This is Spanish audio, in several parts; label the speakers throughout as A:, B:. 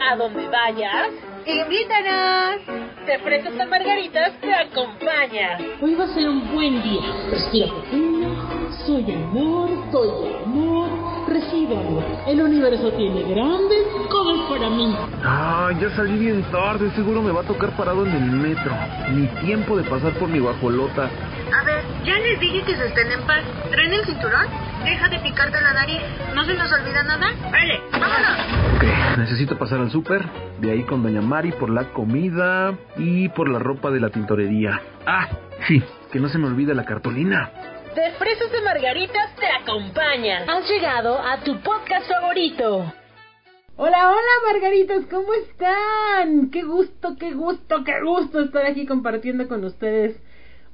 A: A donde vayas,
B: ¡Invítanos!
A: te Fretas a Margaritas te acompaña.
C: Hoy va a ser un buen día. Respira profundo. Soy amor, soy amor. Recíbanlo. El universo tiene grandes cosas para mí.
D: Ah, ya salí bien tarde, seguro me va a tocar parado en el metro. Ni tiempo de pasar por mi guajolota.
B: A ver, ya les dije que se estén en paz. ¿Traen el cinturón? Deja de picarte la nariz. ¿No se nos olvida nada? ¡Vale! ¡Vámonos!
D: Ok, necesito pasar al súper, de ahí con Doña Mari por la comida y por la ropa de la tintorería. Ah, sí, que no se me olvide la cartulina.
A: Te Fresas a Margaritas te acompaña.
C: Has llegado a tu podcast favorito.
E: Hola, hola Margaritos, ¿cómo están? Qué gusto, qué gusto, qué gusto estar aquí compartiendo con ustedes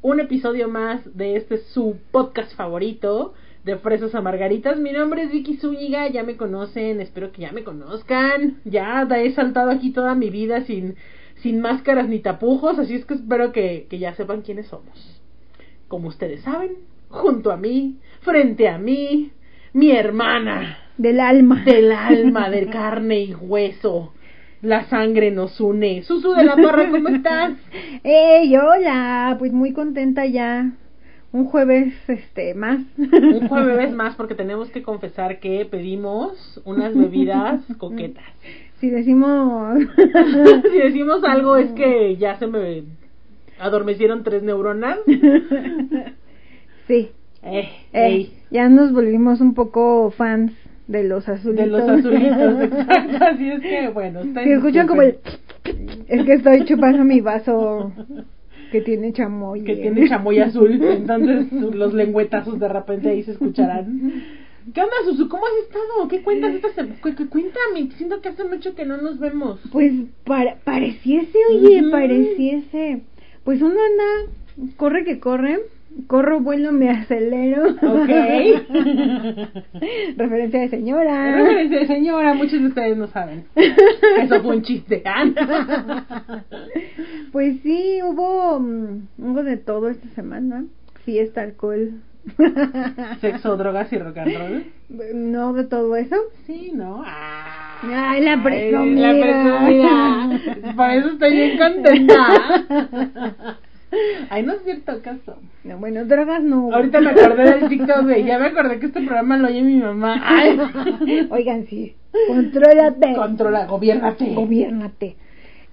E: un episodio más de este su podcast favorito de Fresas a Margaritas. Mi nombre es Vicky Zúñiga, ya me conocen, espero que ya me conozcan. Ya da- he saltado aquí toda mi vida sin, sin máscaras ni tapujos, así es que espero que, que ya sepan quiénes somos. Como ustedes saben, junto a mí, frente a mí, mi hermana
B: Del alma.
E: del alma, de carne y hueso. La sangre nos une. Susu de la Parra, ¿cómo estás?
B: ¡Ey, hola! Pues muy contenta ya. Un jueves, este, más.
E: Un jueves más porque tenemos que confesar que pedimos unas bebidas coquetas.
B: Si decimos...
E: Si decimos algo es que ya se me adormecieron tres neuronas.
B: sí.
E: Eh,
B: Eh,
E: ey,
B: ya nos volvimos un poco fans de los azulitos.
E: de los azulitos, exacto. Así es que, bueno, está
B: Si escuchan como el... Es que estoy chupando mi vaso que tiene chamoy.
E: que
B: en
E: tiene
B: él.
E: chamoy azul, entonces los lengüetazos de repente ahí se escucharán. ¿Qué onda, Susu? ¿Cómo has estado? ¿Qué cuentas esta semana? Cuéntame, siento que hace mucho que no nos vemos.
B: Pues para- pareciese, oye,
E: Ujú.
B: pareciese. Pues uno anda, corre que corre, corro, vuelo, me acelero.
E: Ok.
B: Referencia de señora.
E: Referencia de señora, Ah, muchos de ustedes no saben. Eso fue un chiste. Ah,
B: Pues sí, hubo, mm, hubo de todo esta semana. Fiesta, alcohol.
E: no. Sexo, drogas y rock and roll.
B: No de todo eso.
E: Sí, ¿no? Ah.
B: Ay, la presumida.
E: la presumida. Por eso estoy bien contenta. Ay, no es cierto, caso.
B: No, bueno, drogas no. hubo.
E: Ahorita me acordé del TikTok de ya me acordé que este programa lo oye mi mamá. Ay.
B: Oigan, sí. Contrólate.
E: Controla, gobiérnate.
B: Gobiérnate.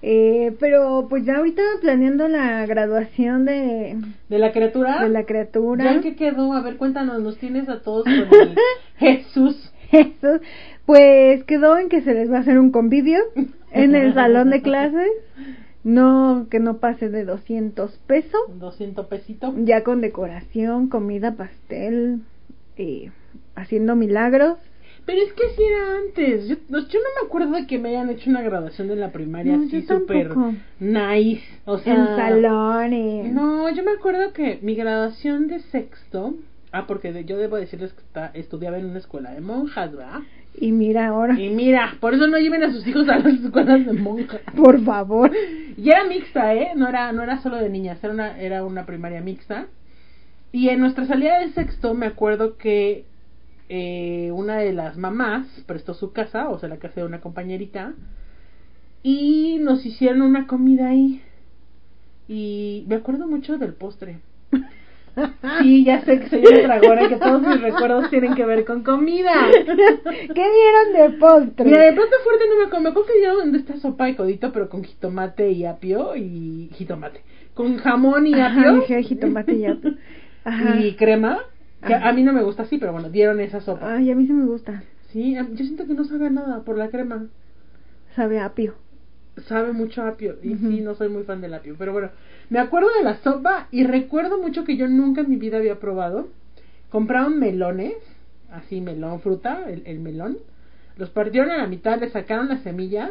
B: Eh, pero pues ya ahorita planeando la graduación de,
E: ¿De la criatura?
B: de la criatura.
E: ¿Ya que quedó? A ver, cuéntanos, nos tienes a todos con el Jesús.
B: Eso, pues quedó en que se les va a hacer un convivio en el salón de clases. No, que no pase de 200 pesos.
E: 200 pesitos.
B: Ya con decoración, comida, pastel, eh, haciendo milagros.
E: Pero es que si era antes. Yo, no- yo no me acuerdo de que me hayan hecho una graduación de la primaria
B: No,
E: así
B: yo
E: súper
B: tampoco.
E: nice. O sea,
B: en salones.
E: No, yo me acuerdo que mi graduación de sexto. Ah, porque de- yo debo decirles que está- estudiaba en una escuela de monjas, ¿verdad?
B: Y mira ahora,
E: Y mira, por eso no lleven a sus hijos a las escuelas de monjas.
B: por favor.
E: Y era mixta, ¿eh? No era, no era solo de niñas, era una, era una primaria mixta. Y en nuestra salida de sexto me acuerdo que eh, una de las mamás prestó su casa, o sea, la casa de una compañerita, y nos hicieron una comida ahí. Y me acuerdo mucho del postre.
B: Ah.
E: Sí, ya sé que soy una dragona, que todos mis recuerdos tienen que ver con comida.
B: ¿Qué dieron de postre?
E: Mira, de plato fuerte no me acuerdo. Me acuerdo que dieron de esta sopa de codito, pero con jitomate y apio y jitomate. Con jamón y
B: Ajá,
E: apio
B: dije jitomate y apio. Ajá.
E: y crema. Que
B: Ajá. Ah.
E: a mí no me gusta así, pero bueno, dieron esa sopa.
B: Ay, a mí sí me gusta.
E: Sí, a- yo siento que no sabe a nada por la crema.
B: Sabe a apio.
E: Sabe mucho a apio. Y
B: Ujú.
E: sí, no soy muy fan del apio. Pero bueno, me acuerdo de la sopa y recuerdo mucho que yo nunca en mi vida había probado. Compraron melones, así melón, fruta, el, el melón. Los partieron a la mitad, le sacaron las semillas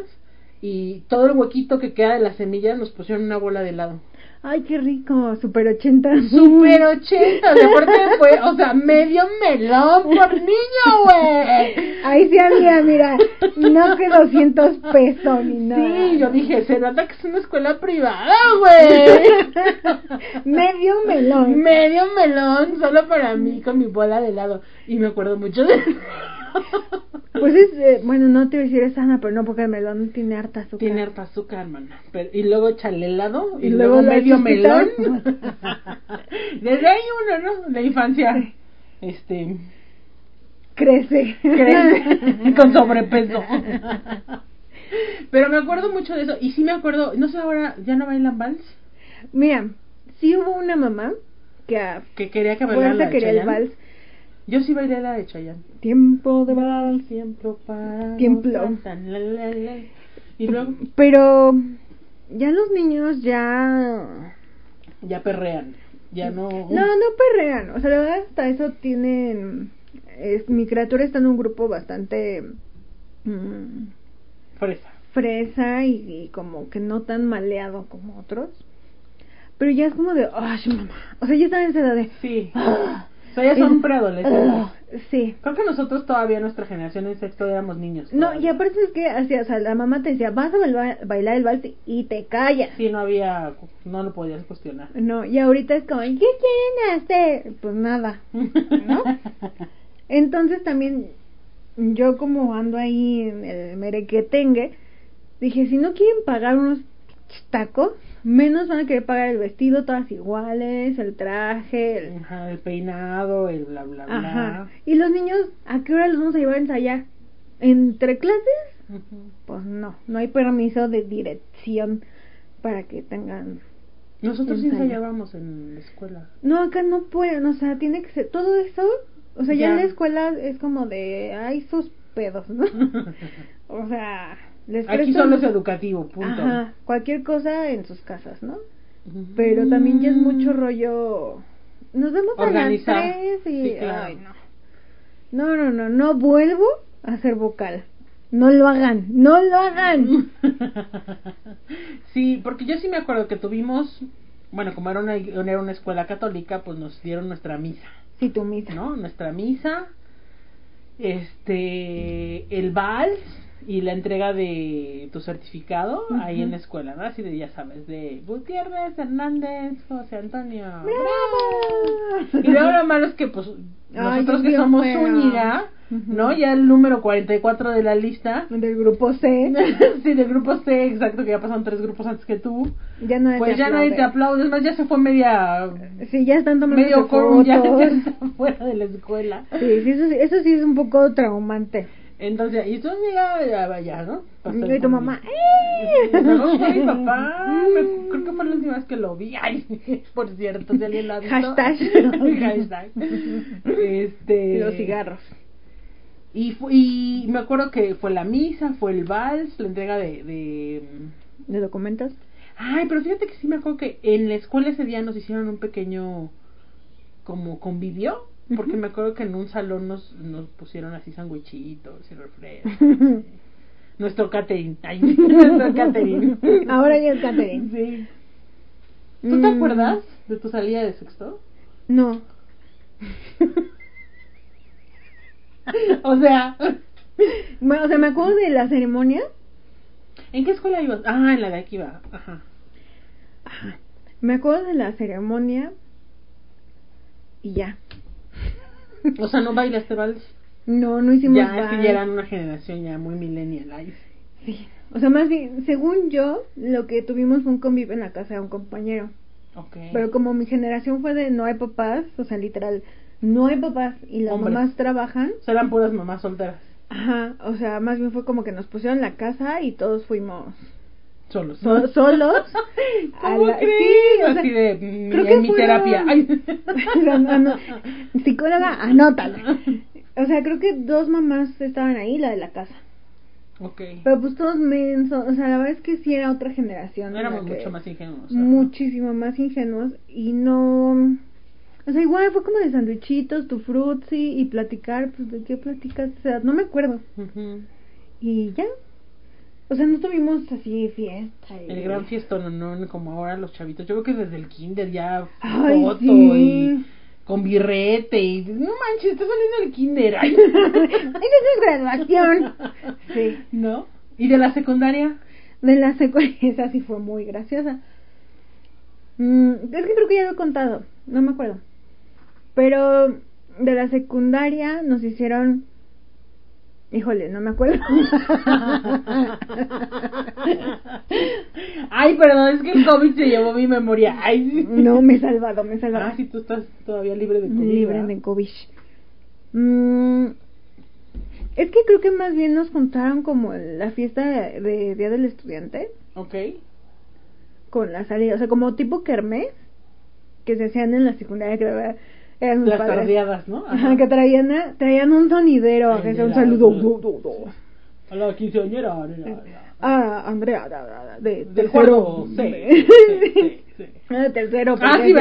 E: y todo el huequito que queda de las semillas nos pusieron una bola de helado.
B: Ay, qué rico, super 80.
E: Super 80, de parte fue, o sea, medio melón por niño, güey.
B: Ahí sí había, mira, no que 200 pesos ni nada.
E: Sí, yo dije, se nota que es una escuela privada, güey.
B: Medio melón.
E: Medio melón, solo para mí, con mi bola de helado. Y me acuerdo mucho de...
B: Pues es, eh, bueno, no te iba a decir es sana, pero no, porque el melón tiene harta azúcar.
E: Tiene harta azúcar, hermana. Pero- y luego échale helado y,
B: Y
E: luego,
B: luego lo
E: medio melón.
B: chiquitas.
E: Desde ahí uno, ¿no? La infancia. Este.
B: Crece.
E: crece con sobrepeso. Pero me acuerdo mucho de eso. Y sí me acuerdo, no sé ahora, ¿ya no bailan vals?
B: Mira, sí hubo una mamá que a
E: Que quería que bailara la
B: fuerza
E: de
B: quería el
E: Chayanne.
B: vals.
E: Yo sí bailé la de Chayanne.
B: Tiempo de vals.
E: Siempre para...
B: Tiempo.
E: Y luego
B: Pero ya los niños ya
E: ya perrean. Ya no... uh,
B: No, no perrean. O sea, la verdad, hasta eso tienen. es- mi criatura está en un grupo bastante. mm,
E: Fresa.
B: fresa y, y como que no tan maleado como otros. Pero ya es como de. ¡Ay, mamá! O sea, ya están en esa edad de.
E: Sí.
B: "Ah,
E: O sea, ya son
B: es-
E: preadolescentes.
B: ah", sí.
E: Creo que nosotros todavía, nuestra generación en sexto, éramos niños.
B: No, y
E: todavía.
B: aparte es que hacía. O sea, la mamá te decía, vas a baila- bailar el vals y te callas.
E: Sí, no había... No lo podías cuestionar.
B: No, y ahorita es como, ¿qué quieren hacer? Pues nada. ¿No? Entonces también yo como ando ahí en el merequetengue, dije, si no quieren pagar unos tacos, menos van a querer pagar el vestido, todas iguales, el traje, el...
E: Ajá, el peinado, el bla bla bla.
B: Ajá. Y los niños, ¿a qué hora los vamos a llevar a ensayar? ¿Entre clases?
E: Ujú.
B: Pues no, no hay permiso de dirección para que tengan...
E: Nosotros sí
B: Ensayo.
E: ensayábamos en la escuela.
B: No, acá no pueden, o sea, tiene que ser todo eso. O sea, ya, en
E: Ya.
B: la escuela es como de, ay, sus pedos, ¿no? O sea, les
E: Aquí
B: prestan-
E: solo es educativo, punto. Mm.
B: Ajá, cualquier cosa en sus casas, ¿no?
E: Ujú.
B: Pero también ya es mucho rollo. Nos vemos
E: Organizar.
B: a las tres y.
E: Sí, claro.
B: Ay, no. No, no, no, no vuelvo a hacer vocal. No lo hagan, no lo
E: Mm.
B: hagan.
E: sí, porque yo sí me acuerdo que tuvimos, bueno, como era una, era una escuela católica, pues nos dieron nuestra misa,
B: Si tú misa.
E: ¿no? Nuestra misa, este, el vals y la entrega de tu certificado ahí en la escuela, ¿no? Así de, ya sabes, de Gutiérrez, Hernández, José Antonio.
B: ¡Bravo!
E: Y luego lo malo es que, pues,
B: Ay,
E: nosotros
B: es
E: que
B: bien
E: somos
B: feo.
E: Zúñiga, ¿no? Ya el número 44 de la lista.
B: Del grupo C.
E: sí, del grupo C, exacto, que ya pasaron tres grupos antes que tú.
B: Ya nadie
E: Pues
B: te
E: ya nadie te aplaude,
B: aplaude.
E: es más, ya se fue media.
B: Sí, ya están tomando
E: medio quórum,
B: fotos.
E: ya, ya está fuera de la escuela.
B: Sí, sí, eso, sí- eso sí es un poco traumante.
E: Entonces, y Zúñiga, ya, vaya, ¿no? Pasó
B: Y
E: el
B: tu mamá,
E: conmigo.
B: ¡eh!
E: No, fue mi papá. Me- creo que fue la última vez que lo vi. Ay, por cierto, si alguien lo ha visto.
B: Hashtag.
E: Hashtag. Este.
B: Los cigarros.
E: Y, fu- y me acuerdo que fue la misa, fue el vals, la entrega de, de...
B: ¿De documentos?
E: Ay, pero fíjate que sí me acuerdo que en la escuela ese día nos hicieron un pequeño... como convivió, porque
B: Ujú.
E: me acuerdo que en un salón nos, nos pusieron así sandwichitos y refrescos. Nuestro catering. Ay, nuestro catering.
B: Ahora ya es catering.
E: Sí. ¿Tú te
B: Mm,
E: acuerdas de tu salida de sexto?
B: No.
E: O sea,
B: Bueno, o sea, me acuerdo de la ceremonia.
E: ¿en qué escuela ibas? Ah, en la de aquí va. Ajá.
B: Me acuerdo de la ceremonia. Y ya.
E: O sea, no bailaste vals.
B: No, no hicimos
E: ya, es que
B: vals.
E: ya eran una generación ya muy millennial. ay.
B: Sí. O sea, más bien, según yo, lo que tuvimos fue un convivio en la casa de un compañero.
E: Ok.
B: Pero como mi generación fue de no hay papás, o sea, literal, no hay papás y las
E: Hombres.
B: mamás trabajan.
E: O sea, eran puras mamás solteras,
B: Ajá, o sea, más bien fue como que nos pusieron la casa y todos fuimos
E: solos.
B: so- solos. a
E: ¿Cómo
B: la-
E: crees?
B: Sí, o sea,
E: Así de, mm,
B: creo
E: en
B: que
E: mi
B: fueron-
E: terapia. Ay.
B: No, no, no. Psicóloga, anótala. O sea, creo que dos mamás estaban ahí, la de la casa.
E: Ok.
B: Pero pues todos mensos, o sea, la verdad es que sí era otra generación.
E: No
B: en la
E: éramos
B: que-
E: mucho más ingenuos. ajá.
B: Muchísimo más ingenuos y no... O sea, igual fue como de sandwichitos, tu frutzi y platicar, pues de qué platicas, o sea, no me acuerdo.
E: Ujú.
B: Y ya. O sea, no tuvimos así fiesta. y-
E: El gran fiestón, ¿no? como ahora los chavitos. Yo creo que desde el kinder ya
B: Ay,
E: foto
B: sí.
E: y con birrete y no manches, está saliendo del kinder. Ay.
B: Esa es graduación. Sí.
E: ¿No? ¿Y de la secundaria?
B: De la secuencia, esa sí fue muy graciosa. Mm, es que creo que ya lo he contado, no me acuerdo. Pero de la secundaria nos hicieron Híjole, no me acuerdo.
E: Ay, perdón, es que el COVID se llevó mi memoria. Ay, sí.
B: no, me he salvado, me he salvado.
E: Ah, sí, tú estás todavía libre de COVID.
B: Libre
E: ¿verdad?
B: de COVID. Mm, es que creo que más bien nos juntaron como la fiesta de, de Día del Estudiante
E: Ok.
B: con la salida, o sea, como tipo kermés que se hacían en la secundaria, que era- eran mis
E: Las
B: padres.
E: tardeadas, ¿no?
B: Ajá, que traían, a- traían un sonidero,
E: El
B: que
E: de
B: sea un
E: la-
B: saludo du, du, du,
E: A la quinceañera. la- la-
B: a Andrea da, da, da, de,
E: Del
B: tercero.
E: cuerpo. Sí. sí, sí, sí.
B: Ah, tercero.
E: Ah,
B: porque-
E: sí,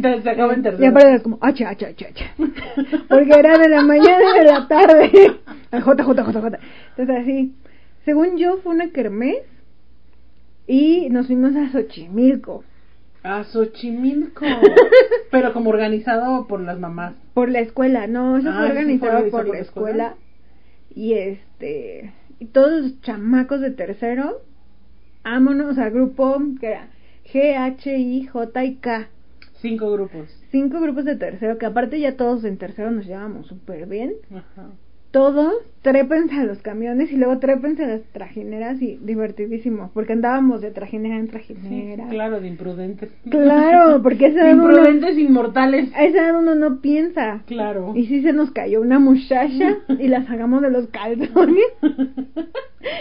E: ¿verdad? Se acaba en
B: Y
E: tercero.
B: aparte es como, hacha, hacha, hacha, hacha. Porque era de la mañana a de la tarde. J, J, J, J. Entonces así, según yo fue una kermés y nos fuimos a Xochimilco
E: A Xochimilco. Pero como organizado por las mamás.
B: por la escuela. No, eso
E: Ah,
B: fue
E: ¿eso fue
B: organizado
E: organizado
B: por la escuela. Y este, y todos los chamacos de tercero, vámonos al grupo que era G, H, I, J y K.
E: Cinco grupos.
B: Cinco grupos de tercero, que aparte ya todos en tercero nos llevábamos súper bien.
E: Ajá.
B: todos trépense a los camiones y luego trépense a las trajineras y divertidísimo, porque andábamos de trajinera en
E: Sí,
B: trajinera.
E: claro, de imprudentes.
B: Claro, porque esa edad uno,
E: imprudentes inmortales.
B: a esa edad uno no piensa.
E: Claro.
B: Y sí se nos cayó una muchacha y la sacamos de los calzones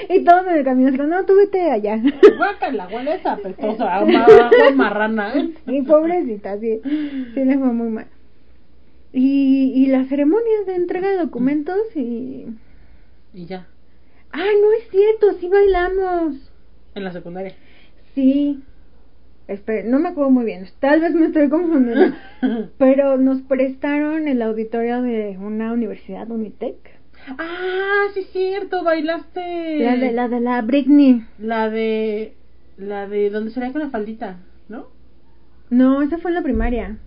B: y todos en el camión así como, no, tú vete allá.
E: Guácala, huele esa
B: Eh.
E: pestosa, agua marrana.
B: Y pobrecita, sí, sí les fue muy mal. Y, y las ceremonias de entrega de documentos y...
E: Y ya,
B: Ah, no es cierto, sí bailamos.
E: en la secundaria.
B: Sí. Espera, no me acuerdo muy bien. Tal vez me estoy confundiendo. pero nos prestaron el auditorio de una universidad, Unitec.
E: ah, sí es cierto, bailaste.
B: La de la, de la Britney.
E: La de... La de... ¿Dónde salía con la faldita? ¿No?
B: No, esa fue en la primaria.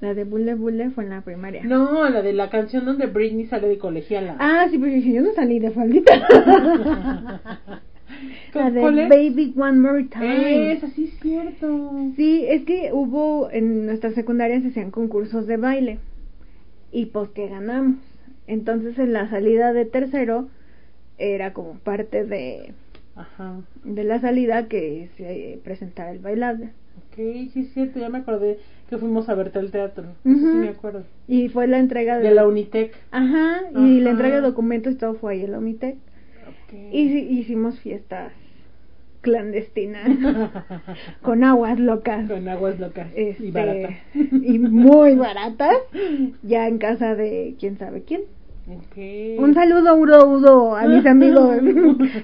B: La de Bule Bule fue en la primaria.
E: No, la de la canción donde Britney sale de colegiala.
B: Ah, sí, pero dije, yo no salí de faldita. la de
E: ¿Cuál es?
B: Baby One More Time.
E: Esa, sí es cierto.
B: Sí, es que hubo en nuestra secundaria se hacían concursos de baile y pues que ganamos. Entonces en la salida de tercero era como parte de,
E: Ajá.
B: de la salida que se eh, presentara el bailable.
E: Ok, sí es cierto, ya me acordé que fuimos a verte al teatro. Eso
B: Ujú.
E: sí me acuerdo.
B: Y fue la entrega de,
E: De la Unitec.
B: Ajá, y
E: Ajá.
B: la entrega de documentos y todo fue ahí en la UNITEC.
E: Okay.
B: Y sí, hicimos fiestas clandestinas con aguas locas.
E: Con aguas locas
B: este,
E: y barata.
B: y muy baratas, ya en casa de quién sabe quién.
E: Ok.
B: Un saludo, Udo, Udo, a mis amigos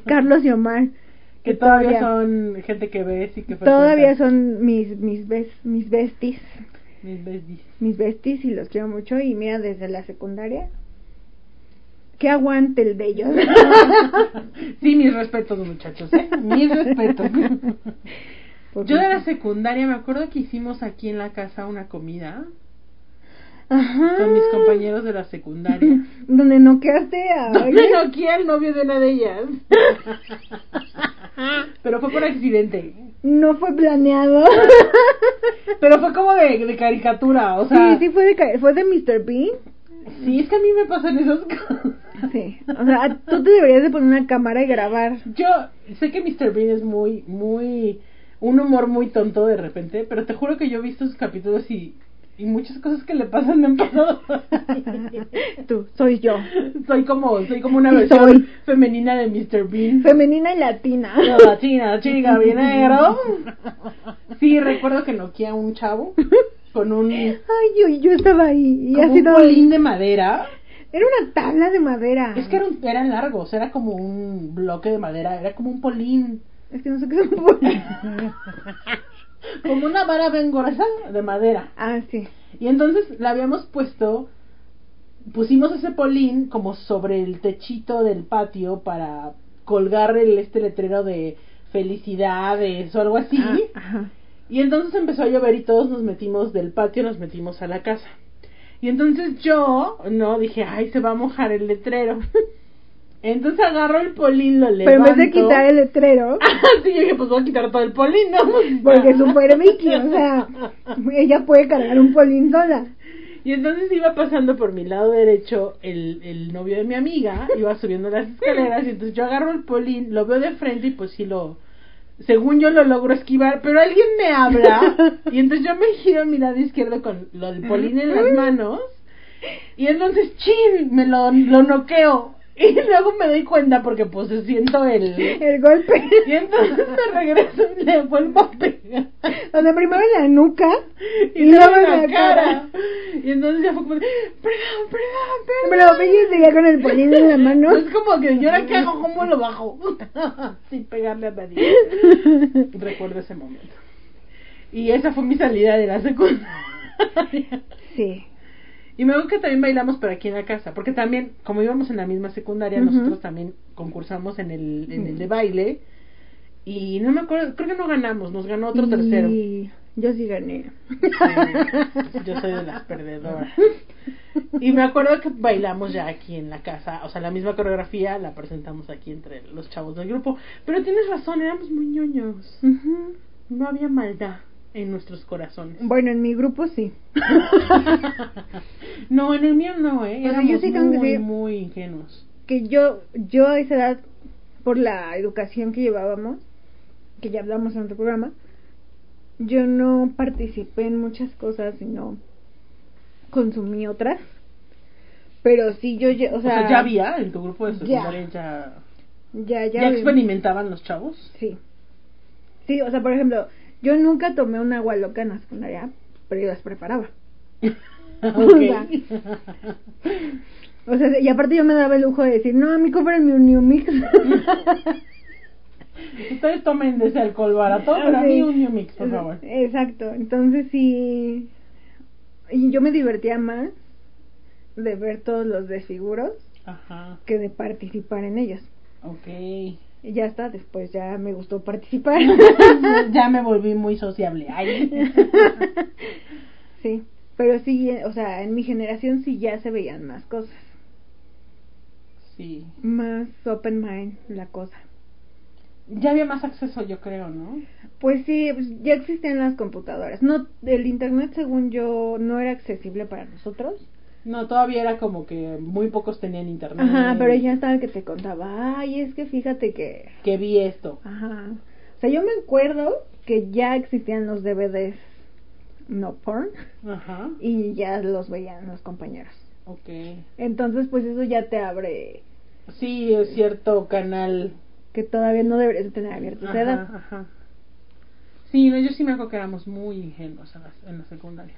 B: Carlos y Omar.
E: Que todavía son gente que ves y que frecuentas.
B: Todavía son mis mis bes- mis besties,
E: Mis besties.
B: mis besties y los quiero mucho y mira desde la secundaria que aguante el de ellos.
E: Sí, mis respetos, muchachos. ¿eh? Mis respetos.
B: Porque-
E: Yo de la secundaria me acuerdo que hicimos aquí en la casa una comida
B: Ajá.
E: con mis compañeros de la secundaria.
B: Donde noqueaste a alguien.
E: Pero aquí el novio de una de ellas. Pero fue por accidente.
B: No fue planeado.
E: Pero fue como de, de caricatura, o sea.
B: sí, sí fue de ca- fue de Mr. Bean.
E: Sí, es que a mí me pasan esas cosas.
B: Sí. O sea, tú te deberías de poner una cámara y grabar.
E: Yo sé que Mr. Bean es muy, muy. Un humor muy tonto de repente, pero te juro que yo he visto sus capítulos y. Y muchas cosas que le pasan me han pasado.
B: Tú, soy yo.
E: soy como, soy como una
B: Sí,
E: versión
B: soy.
E: femenina de Mr. Bean.
B: Femenina y latina.
E: Toda china, chica, bien negro. Sí, recuerdo que noquea a un chavo con un,
B: Ay, yo, yo estaba ahí. Y
E: como
B: ha
E: un
B: sido.
E: bolín de madera.
B: Era una tabla de madera.
E: Es que eran, eran largos, era como un bloque de madera, era como un polín.
B: Es que no sé qué son por-
E: Como una vara bien gruesa de madera.
B: Ah, sí.
E: Y entonces la habíamos puesto, pusimos ese polín como sobre el techito del patio para colgar el, este letrero de felicidades o algo así.
B: Ah, ajá.
E: Y entonces empezó a llover y todos nos metimos del patio, nos metimos a la casa. Y entonces yo, no, dije, ay, se va a mojar el letrero. Entonces agarro el polín, lo
B: Pero en
E: levanto.
B: vez de quitar el letrero,
E: sí, yo dije, pues voy a quitar todo el polín, ¿no?
B: porque es super Mickey, o sea, ella puede cargar un polín sola.
E: Y entonces iba pasando por mi lado derecho el, el novio de mi amiga, iba subiendo las escaleras y entonces yo agarro el polín, lo veo de frente y pues sí lo... Según yo lo logro esquivar, pero alguien me habla y entonces yo me giro a mi lado izquierdo con lo- el polín en las manos y entonces chin, me lo, lo noqueo y luego me doy cuenta porque pues siento el...
B: El golpe.
E: Y entonces me regreso y le vuelvo a pegar.
B: Donde primero en la nuca
E: Y luego en la cara. Y entonces ya fue como, de, perdón, perdón, perdón.
B: Me lo veía y seguía con el polín en la mano.
E: Es como que yo ahora qué hago, cómo lo bajo. Sin pegarle a nadie. Recuerdo ese momento. Y esa fue mi salida de la secundaria.
B: Sí.
E: Y me acuerdo que también bailamos, pero aquí en la casa. Porque también, como íbamos en la misma secundaria,
B: Ujú.
E: nosotros también concursamos en el, en el de baile. Y no me acuerdo, creo que no ganamos, nos ganó otro tercero.
B: Y yo sí gané.
E: Sí, yo soy de las perdedoras. Y me acuerdo que bailamos ya aquí en la casa, o sea, la misma coreografía la presentamos aquí entre los chavos del grupo. Pero tienes razón, éramos muy ñoños.
B: Ujú.
E: No había maldad en nuestros corazones.
B: Bueno, en mi grupo sí.
E: no, en el mío no, ¿eh?
B: O sea,
E: Éramos
B: yo sí tengo que
E: muy,
B: decir-
E: muy ingenuos.
B: Que yo, yo a esa edad, por la educación que llevábamos, que ya hablamos en otro programa, yo no participé en muchas cosas, sino consumí otras. Pero sí, yo, ya- o
E: O sea,
B: sea,
E: ya había en tu grupo de
B: ya.
E: secundaria ya...
B: Ya,
E: Ya,
B: ya.
E: experimentaban los chavos.
B: Sí. Sí, o sea, por ejemplo, yo nunca tomé un agua loca en la secundaria, pero yo las preparaba.
E: Ok.
B: O sea, y aparte yo me daba el lujo de decir, no, a mí compren mi New Mix.
E: Ustedes tomen de ese alcohol barato, pero a mí
B: Sí.
E: un New Mix, por favor.
B: Exacto, entonces sí. Y yo me divertía más de ver todos los desfiguros
E: Ajá,
B: que de participar en ellos.
E: ok.
B: Y ya está, después ya me gustó participar.
E: ya me volví muy sociable. Ay.
B: sí, pero sí, o sea, en mi generación sí ya se veían más cosas.
E: Sí.
B: Más open mind la cosa.
E: Ya había más acceso, yo creo, ¿no?
B: Pues sí, pues ya existían las computadoras. No, el internet, según yo, no era accesible para nosotros.
E: No, todavía era como que muy pocos tenían internet.
B: Ajá, pero ya estaba el que te contaba, ay, es que fíjate que,
E: Que vi esto.
B: ajá. O sea, yo me acuerdo que ya existían los DVDs no porn
E: Ajá,
B: y ya los veían los compañeros.
E: ok.
B: Entonces, pues eso ya te abre
E: Sí, es cierto canal.
B: que todavía no deberías de tener abierto esa
E: Ajá,
B: edad.
E: ajá. Sí, no, yo sí me acuerdo que éramos muy ingenuos en la, en la secundaria.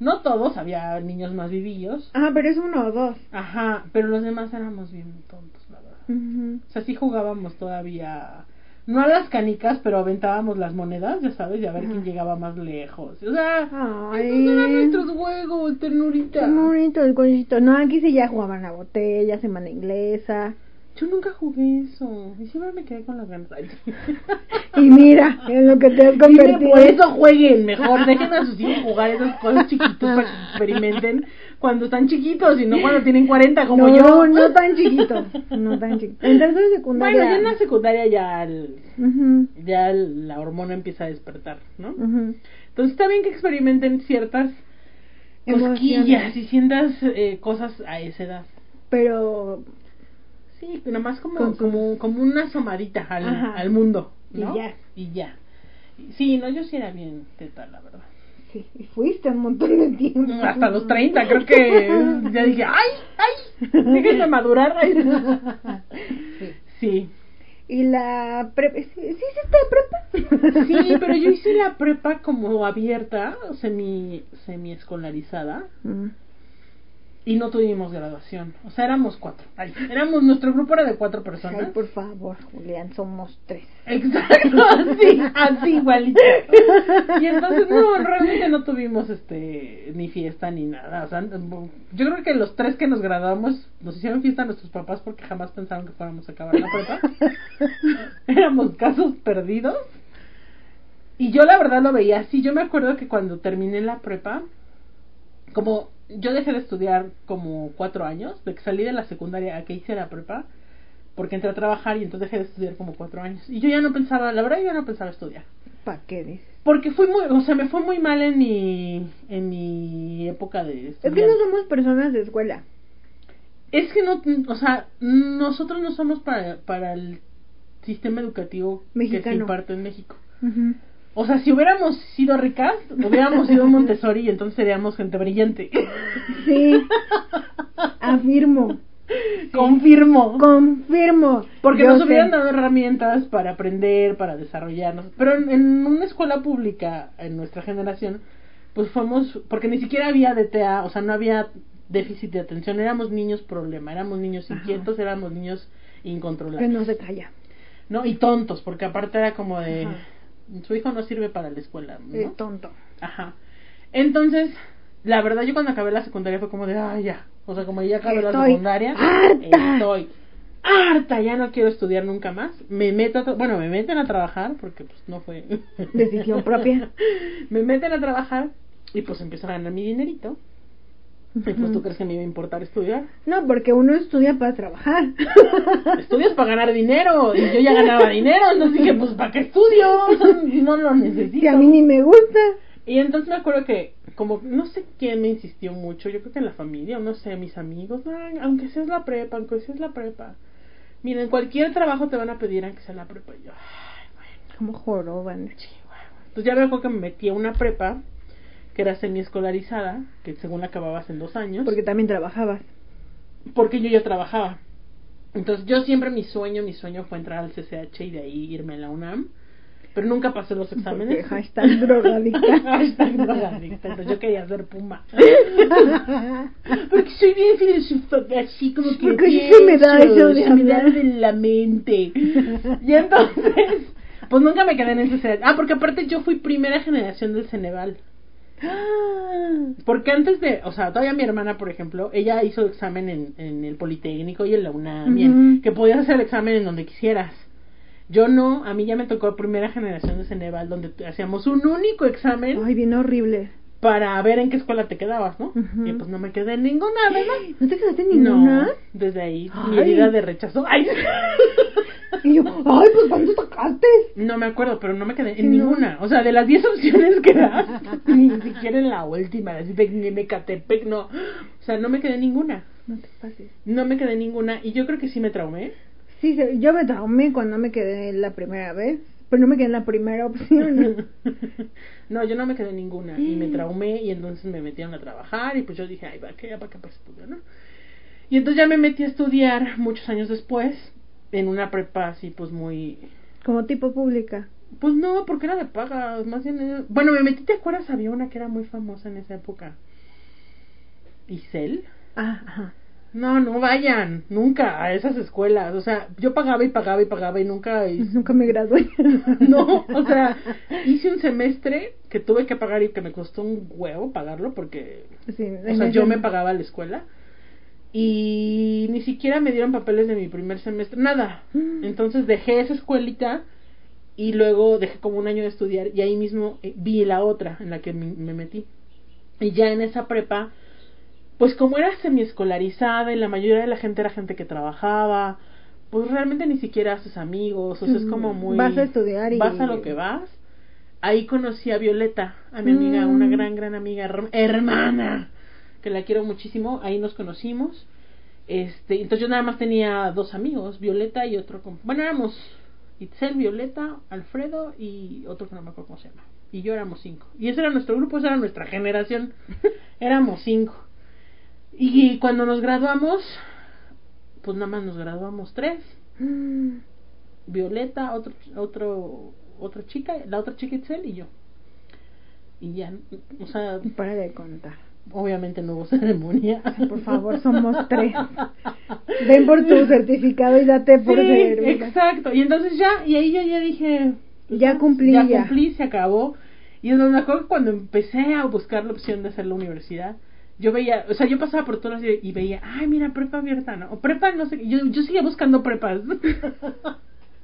E: No todos, había niños más vivillos.
B: Ah, pero es uno o dos.
E: Ajá, pero los demás éramos bien tontos, la verdad.
B: Ujú.
E: O sea, sí jugábamos todavía, no a las canicas, pero aventábamos las monedas, ya sabes, y a ver quién
B: Ajá.
E: llegaba más lejos. O sea,
B: Ay.
E: esos eran nuestros juegos, ternurita.
B: Está muy bonito el cochito. No, aquí sí ya jugaban a botella, semana inglesa.
E: Yo nunca jugué eso, y siempre me quedé con las ganas. Ay, sí.
B: Y mira, en lo que te has
E: Dime,
B: convertido.
E: por eso jueguen, mejor dejen a sus hijos jugar esas cosas chiquitos para que experimenten cuando están chiquitos y no cuando tienen 40 como
B: no,
E: yo.
B: no tan chiquito. No tan chiquito. En tercero
E: Bueno,
B: de secundaria.
E: ya en la secundaria ya, el-
B: Ujú,
E: ya el- la hormona empieza a despertar, ¿no?
B: ujú.
E: Entonces está bien que experimenten ciertas cosquillas
B: Emociones.
E: y sientas eh, cosas a esa edad.
B: Pero.
E: Sí, nomás como,
B: Con-
E: como, como una asomadita al,
B: Ajá.
E: al mundo. ¿no?
B: Y ya.
E: Y ya. Sí, no, yo sí era bien teta, la verdad.
B: Sí, y fuiste un montón de tiempo.
E: Mm, Hasta los 30, creo que ya dije, ¡ay, ay! Déjenme madurar. Sí.
B: Y la prepa. ¿Sí, sí hiciste prepa?
E: Sí, pero yo hice la prepa como abierta, semi, semi escolarizada.
B: Mm.
E: Y no tuvimos graduación. O sea, éramos cuatro. Ay, éramos, nuestro grupo era de cuatro personas.
B: Ay, por favor, Julián, somos tres.
E: Exacto, así, así igualito. Y entonces, no, realmente no tuvimos este ni fiesta ni nada. O sea, yo creo que los tres que nos graduamos nos hicieron fiesta nuestros papás porque jamás pensaron que fuéramos a acabar la prepa. Éramos casos perdidos. Y yo la verdad lo veía así. Yo me acuerdo que cuando terminé la prepa, como yo dejé de estudiar como cuatro años, de que salí de la secundaria a que hice la prepa, porque entré a trabajar y entonces dejé de estudiar como cuatro años. Y yo ya no pensaba, la verdad yo ya no pensaba estudiar.
B: ¿Para qué dices?
E: Porque fui muy, o sea, me fue muy mal en mi, en mi época de
B: Es que
E: estudiante.
B: no somos personas de escuela.
E: Es que no, o sea, nosotros no somos para, para el sistema educativo que se
B: Mexicano.
E: imparte en México.
B: Ujú.
E: O sea, si hubiéramos sido ricas, hubiéramos sido Montessori y entonces seríamos gente brillante.
B: Sí. Afirmo.
E: Confirmo.
B: Confirmo.
E: Porque
B: Yo
E: nos
B: sé.
E: hubieran dado herramientas para aprender, para desarrollarnos. Pero en, en una escuela pública, en nuestra generación, pues fuimos, porque ni siquiera había DTA, o sea, no había déficit de atención, éramos niños problema, éramos niños
B: Ajá.
E: inquietos, éramos niños
B: Que
E: incontrolables.
B: no se calla.
E: ¿no? Y tontos, porque aparte era como de,
B: Ajá.
E: su hijo no sirve para la escuela, ¿no?
B: Eh, tonto.
E: Ajá. Entonces, la verdad, yo cuando acabé la secundaria fue como de, ay, ya. O sea, como ya acabé la
B: Estoy
E: secundaria,
B: harta.
E: estoy harta, ya no quiero estudiar nunca más. Me meto, a tra- bueno, me meten a trabajar porque pues no fue.
B: Decisión propia.
E: me meten a trabajar y pues empiezo a ganar mi dinerito. Y pues tú crees que me iba a importar estudiar.
B: No, porque uno estudia para trabajar.
E: Estudias para ganar dinero y yo ya ganaba dinero, entonces dije, pues ¿para qué estudio? No lo necesito.
B: Si a mí ni me gusta.
E: Y entonces me acuerdo que, como no sé quién me insistió mucho, yo creo que la familia, o no sé, mis amigos, "Ay, aunque seas la prepa, aunque seas la prepa. Mira, en cualquier trabajo te van a pedir aunque sea la prepa. Y yo, ay, bueno,
B: Como joroban.
E: chihuahua. Entonces ya me acuerdo que me metí a una prepa que era semiescolarizada, que según la acababas en dos años,
B: Porque también trabajabas.
E: porque yo ya trabajaba. Entonces yo siempre mi sueño, mi sueño fue entrar al CCH y de ahí irme a la UNAM, pero nunca pasé los exámenes.
B: Porque hashtag drogadicta.
E: Hashtag drogadicta, entonces yo quería ser puma. Porque soy bien filosófica, así como que
B: Porque sí se me da
E: pienso,
B: eso de
E: se me da
B: hablar.
E: de la mente. Y entonces, pues nunca me quedé en ese set. Ah, porque aparte yo fui primera generación del Ceneval. Porque antes de, o sea, todavía mi hermana, por ejemplo, ella hizo examen en, en el Politécnico y en la UNAM, y en-
B: Ujú.
E: que podías hacer el examen en donde quisieras. Yo no, a mí ya me tocó primera generación de Ceneval, donde hacíamos un único examen
B: Ay, bien horrible.
E: para ver en qué escuela te quedabas, ¿no?
B: Ujú.
E: Y pues no me quedé en ninguna, ¿verdad?
B: ¿No te quedaste en ninguna?
E: No, desde ahí mi
B: Ay.
E: herida de rechazo. Ay.
B: Y yo, ay, pues ¿cuándo sacaste?
E: No me acuerdo, pero no me quedé en
B: Sí, no.
E: ninguna. O sea, de las 10 opciones que das, ni siquiera en la última, así de Mecatepec, no. O sea, no me quedé en ninguna.
B: No te pases.
E: No me quedé en ninguna. Y yo creo que sí me traumé.
B: Sí, se- yo me traumé cuando me quedé la primera vez, pero no me quedé en la primera opción.
E: no, yo no me quedé en ninguna. Y me traumé y entonces me metieron a trabajar y pues yo dije, ay, va, que ya para qué para estudiar, ¿no? Y entonces ya me metí a estudiar muchos años después en una prepa así pues muy...
B: Como tipo pública.
E: Pues no, porque era de paga, más bien... era- Bueno, me metí, ¿te acuerdas? Había una que era muy famosa en esa época. Isel.
B: Ah, ajá.
E: No, no vayan nunca a esas escuelas. O sea, yo pagaba y pagaba y pagaba y nunca... y-
B: Nunca me gradué.
E: No, o sea, hice un semestre que tuve que pagar y que me costó un huevo pagarlo porque,
B: Sí,
E: o sea, yo me pagaba la escuela y ni siquiera me dieron papeles de mi primer semestre, nada.
B: Mm.
E: Entonces dejé esa escuelita y luego dejé como un año de estudiar y ahí mismo eh, vi la otra en la que me me metí. Y ya en esa prepa, pues como era semiescolarizada y la mayoría de la gente era gente que trabajaba, pues realmente ni siquiera haces amigos, o sea, es como
B: Mm,
E: muy...
B: vas a estudiar y-
E: Vas a lo que vas. Ahí conocí a Violeta, a mi amiga,
B: Mm.
E: una gran, gran amiga, her- hermana, que la quiero muchísimo, ahí nos conocimos. Este, entonces yo nada más tenía dos amigos, Violeta y otro, com- bueno, éramos Itzel, Violeta, Alfredo y otro que no me acuerdo cómo se llama. Y yo éramos cinco. Y ese era nuestro grupo, esa era nuestra generación. éramos cinco. Y cuando nos graduamos, pues nada más nos graduamos tres.
B: Mm.
E: Violeta, otro, otro, otra chica, la otra chica Itzel y yo. Y ya, o sea,
B: Para de contar.
E: obviamente no hubo ceremonia.
B: Por favor, somos tres. Ven por tu certificado y date por
E: Sí,
B: servida.
E: exacto. Y entonces ya, y ahí ya, ya dije, pues
B: Ya cumplí
E: ya,
B: ya.
E: cumplí, se acabó. Y entonces me acuerdo que cuando empecé a buscar la opción de hacer la universidad, yo veía, o sea, yo pasaba por todas las y veía, ay, mira, prepa abierta, ¿no? O prepa, no sé, qué. yo, yo seguía buscando prepas.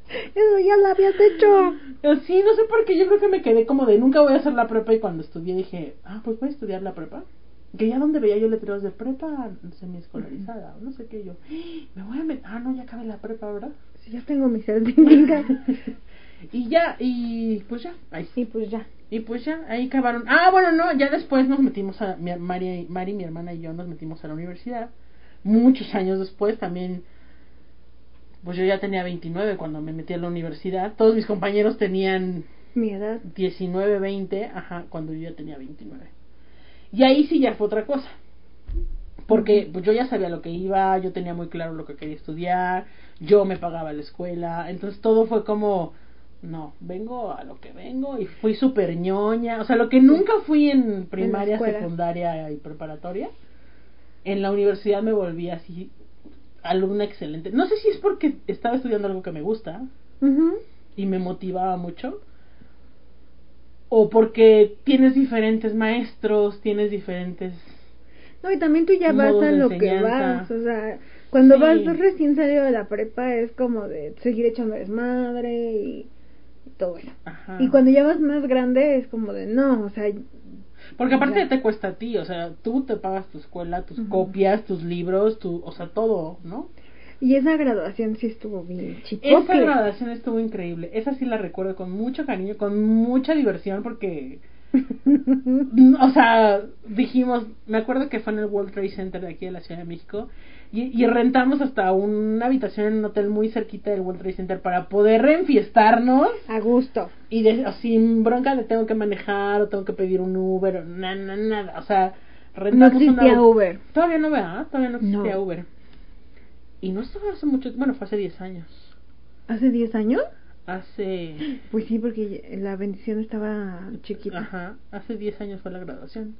B: Eso ya lo habías hecho.
E: Sí, no sé por qué, yo creo que me quedé como de nunca voy a hacer la prepa y cuando estudié dije, ah, pues voy a estudiar la prepa. Que ya donde veía yo letreros de prepa semiescolarizada, o no sé qué, yo, me voy a meter, ah, no, ya acabé la prepa, ¿verdad?
B: Si ya tengo mi certificado.
E: Y ya, y pues ya, ahí sí.
B: Y pues ya.
E: Y pues ya, ahí acabaron. Ah, bueno, no, ya después nos metimos a. Mi, María y- Mari, mi hermana y yo nos metimos a la universidad. Muchos años después también. Pues yo ya tenía 29 cuando me metí a la universidad. Todos mis compañeros tenían
B: Mi edad.
E: 19, 20, ajá, cuando yo ya tenía 29. Y ahí sí ya fue otra cosa. Porque pues, yo ya sabía lo que iba, yo tenía muy claro lo que quería estudiar, yo me pagaba la escuela, entonces todo fue como, no, vengo a lo que vengo y fui súper ñoña, o sea, lo que nunca fui en primaria,
B: escuela.
E: secundaria y preparatoria, en la universidad me volví así alumna excelente. No sé si es porque estaba estudiando algo que me gusta,
B: Ujú.
E: y me motivaba mucho. O porque tienes diferentes maestros, tienes diferentes...
B: No, y también tú ya vas
E: Modos
B: a
E: de
B: lo que
E: enseñanza.
B: vas. O sea, cuando
E: Sí.
B: vas recién salido de la prepa es como de seguir echando desmadre y todo eso.
E: Ajá.
B: Y cuando ya vas más grande es como de no, o sea,
E: Porque aparte
B: Ya.
E: te cuesta a ti, o sea, tú te pagas tu escuela, tus
B: Ujú.
E: copias, tus libros, tu, o sea, todo, ¿no?
B: y esa graduación sí estuvo bien chipotle.
E: Esa graduación estuvo increíble, esa sí la recuerdo con mucho cariño, con mucha diversión porque... Mm, o sea, dijimos, me acuerdo que fue en el World Trade Center de aquí de la Ciudad de México y, y rentamos hasta una habitación en un hotel muy cerquita del World Trade Center para poder reenfiestarnos
B: A gusto.
E: y de- o sin bronca de tengo que manejar o tengo que pedir un Uber o nada, nada, o sea,
B: No
E: rentamos
B: existía
E: una...
B: Uber.
E: Todavía no, ¿verdad? Todavía no existía
B: No.
E: Uber. Y no estaba hace mucho, bueno, fue hace 10 años.
B: ¿Hace 10 años?
E: Hace...
B: Pues sí, porque la bendición estaba chiquita.
E: Ajá, hace 10 años fue la graduación.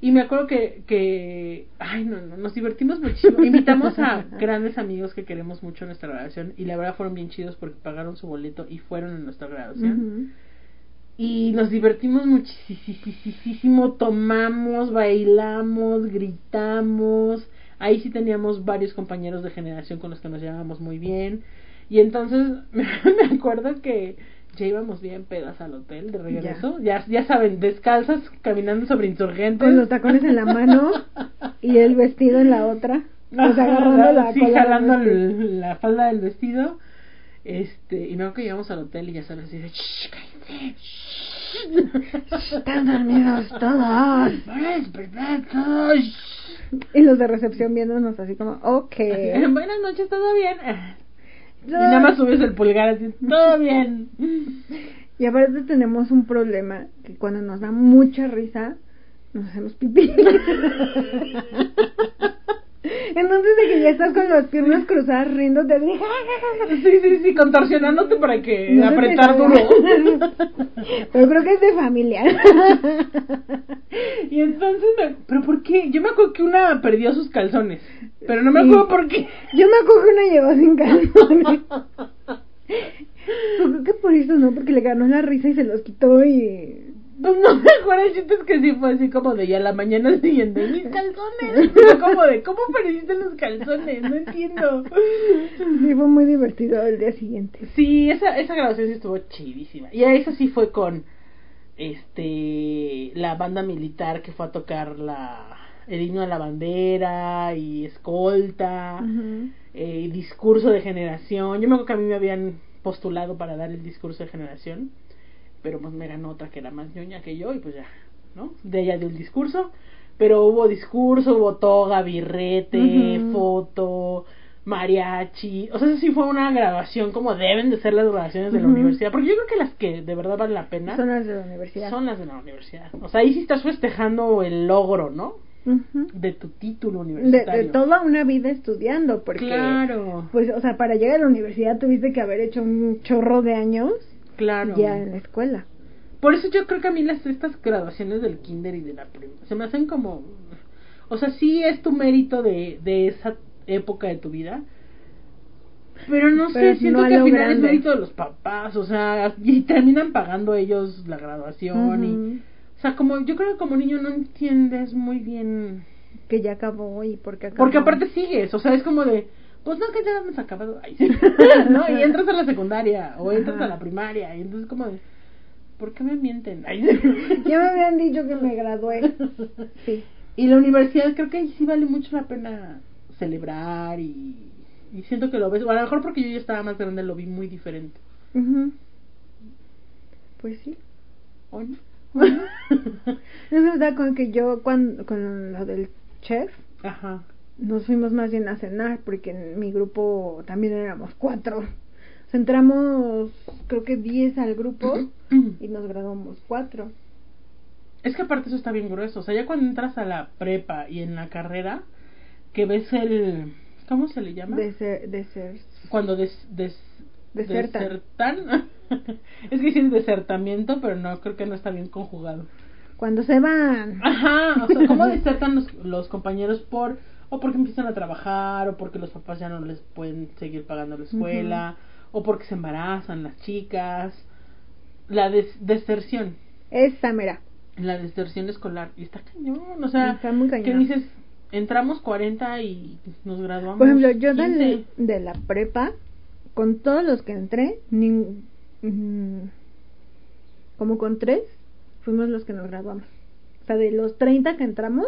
E: Y me acuerdo que, que ay, no, no, nos divertimos muchísimo. Invitamos a grandes amigos que queremos mucho en nuestra graduación y la verdad fueron bien chidos porque pagaron su boleto y fueron en nuestra graduación.
B: Ujú.
E: Y nos divertimos muchísimo, tomamos, bailamos, gritamos. Ahí sí teníamos varios compañeros de generación con los que nos llevábamos muy bien. Y entonces me acuerdo que ya íbamos bien pedas al hotel de regreso. Ya, ya, saben, descalzas caminando sobre insurgentes.
B: Con los tacones en la mano y el vestido en la otra. O sea, agarrando la
E: sí,
B: cola del
E: jalando
B: vestido.
E: el- la falda del vestido. Este, y me acuerdo que llegamos al hotel y ya sabes, así de, "Shh, cállense, shh".
B: Están dormidos todos.
E: Van a despertar todos, shh.
B: Y los de recepción viéndonos así como, ok.
E: Buenas noches, ¿todo bien? Y nada más subes el pulgar así, todo bien.
B: Y aparte tenemos un problema que cuando nos da mucha risa, nos hacemos pipí. Entonces de que ya estás con las piernas cruzadas riéndote así,
E: Sí, sí, sí, contorsionándote para que
B: No se te
E: apretar duro.
B: salga. Pero creo que es de familia.
E: Y entonces, me- ¿pero por qué? Yo me acuerdo que una perdió sus calzones, pero no me acuerdo
B: Sí.
E: por qué.
B: Yo me acuerdo que una llegó sin calzones. Yo creo que por eso no, porque le ganó la risa y se los quitó y...
E: Pues no me acuerdo, el chiste es que sí fue así como de ya la mañana siguiente, mis calzones. Fue como de, ¿cómo perdiste los calzones? No entiendo.
B: Sí, fue muy divertido el día siguiente.
E: Sí, esa, esa grabación sí estuvo chidísima. Y a esa sí fue con este la banda militar que fue a tocar la el himno a la bandera y escolta, eh, discurso de generación. Yo me acuerdo que a mí me habían postulado para dar el discurso de generación, pero pues me ganó otra que era más ñoña que yo y pues ya, ¿no? De ella dio el discurso, pero hubo discurso, hubo toga, birrete,
B: Ujú.
E: foto, mariachi. O sea, eso sí fue una grabación como deben de ser las grabaciones de la
B: Ujú.
E: universidad, porque yo creo que las que de verdad valen la pena
B: Son las de la universidad.
E: son las de la universidad. O sea, ahí sí estás festejando el logro, ¿no?
B: Ujú.
E: De tu título
B: de,
E: universitario.
B: de toda una vida estudiando, porque...
E: Claro,
B: Pues, o sea, para llegar a la universidad tuviste que haber hecho un chorro de años
E: claro.
B: ya en la escuela.
E: Por eso yo creo que a mí las estas graduaciones del kinder y de la prima se me hacen como o sea, sí es tu mérito de, de esa época de tu vida. Pero no sé,
B: Pero
E: siento
B: no a
E: que al
B: lo
E: final es
B: grande.
E: mérito de los papás, o sea, y terminan pagando ellos la graduación y o sea, como yo creo que como niño no entiendes muy bien
B: Ujú. Que ya acabó y porque acabó.
E: porque aparte sigues, o sea, es como de, pues no, que ya hemos acabado. Ay, sí. ¿no? Y entras a la secundaria o entras
B: Ajá.
E: a la primaria. Y entonces como de, ¿por qué me mienten? Ay, sí.
B: Ya me habían dicho que me gradué. Sí.
E: Y la universidad creo que ahí sí vale mucho la pena celebrar y, y siento que lo ves, o a lo mejor porque yo ya estaba más grande lo vi muy diferente.
B: Ujú. Pues sí.
E: ¿O no?
B: Es verdad con que yo cuando, con lo del chef
E: Ajá.
B: nos fuimos más bien a cenar porque en mi grupo también éramos cuatro. O sea, entramos creo que diez al grupo y nos graduamos cuatro.
E: Es que aparte eso está bien grueso. O sea, ya cuando entras a la prepa y en la carrera, que ves el... ¿Cómo se le llama?
B: De ser, de ser,
E: Cuando des, des,
B: Desertan.
E: desertan. es que dicen desertamiento, pero no, creo que no está bien conjugado.
B: cuando se van.
E: Ah. Ajá, o sea, ¿cómo desertan los, los compañeros por... O porque empiezan a trabajar, o porque los papás ya no les pueden seguir pagando la escuela, o porque se embarazan las chicas. La des- deserción.
B: Esa mera.
E: la deserción escolar. Y está cañón, o sea,
B: Está muy
E: que
B: cañón.
E: dices, entramos 40 y nos graduamos.
B: Por ejemplo, yo del-
E: 15.
B: de la prepa, con todos los que entré, nin- mm, como con tres, fuimos los que nos graduamos. O sea, de los 30 que entramos,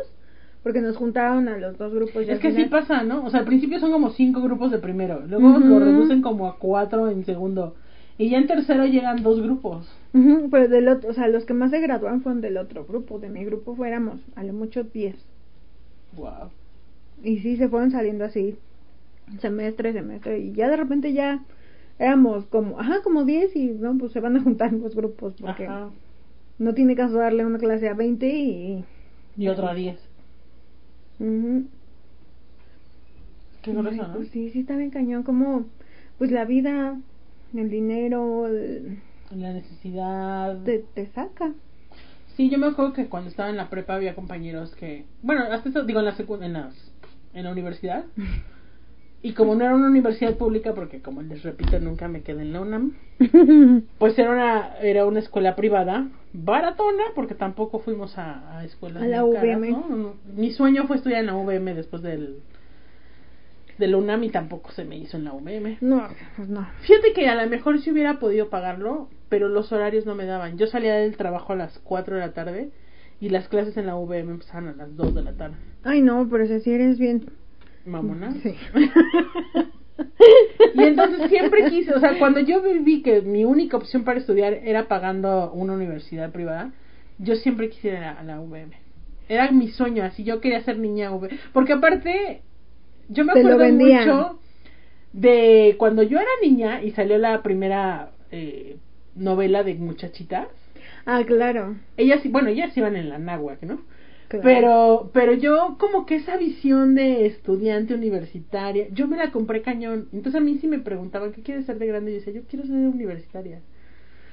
B: porque nos juntaron a los dos grupos. y
E: Pues Es
B: al
E: que sí
B: final-
E: pasa, ¿no? O sea, al principio son como cinco grupos de primero, luego lo
B: Ujú.
E: reducen como a cuatro en segundo, y ya en tercero llegan dos grupos.
B: Ujú, pero del otro, o sea, los que más se graduaron fueron del otro grupo. De mi grupo fuéramos a lo mucho 10.
E: Wow.
B: Y sí, se fueron saliendo así, semestre, semestre. Y ya de repente ya éramos como, ajá, como 10 y no, pues se van a juntar los grupos. Porque
E: Ajá.
B: No tiene caso darle una clase a 20 y...
E: Y otro a 10.
B: Ujú.
E: Qué grueso,
B: Ay,
E: ¿no?
B: pues sí, sí está bien cañón, como pues la vida, el dinero el-
E: La necesidad.
B: te, te saca.
E: Sí, yo me acuerdo que cuando estaba en la prepa había compañeros que, bueno, hasta eso, digo, en la, secu- en la, en la universidad. Y como no era una universidad pública, porque como les repito, nunca me quedé en la UNAM, pues era una, era una escuela privada, baratona, porque tampoco fuimos a, a escuelas.
B: A la
E: muy caras,
B: UVM.
E: ¿no? Mi sueño fue estudiar en la UVM después del, del UNAM y tampoco se me hizo en la UVM.
B: no, pues no.
E: Fíjate que a lo mejor sí hubiera podido pagarlo, pero los horarios no me daban. Yo salía del trabajo a las 4 de la tarde y las clases en la UVM empezaban a las 2 de la tarde.
B: Ay, no, pero si así eres bien...
E: Mamona.
B: Sí.
E: Y entonces siempre quise, o sea, cuando yo viví que mi única opción para estudiar era pagando una universidad privada, yo siempre quise ir a la, a la UVM. Era mi sueño, así yo quería ser niña UVM. Porque aparte, yo me
B: Te lo
E: acuerdo
B: vendían.
E: mucho de cuando yo era niña y salió la primera eh, novela de muchachitas.
B: Ah, claro.
E: Ellas, sí- bueno, ellas iban en la náhuatl, ¿no?
B: claro.
E: Pero, pero yo como que esa visión de estudiante universitaria, yo me la compré cañón. Entonces a mí sí me preguntaban, ¿qué quieres ser de grande? Yo decía, yo quiero ser universitaria.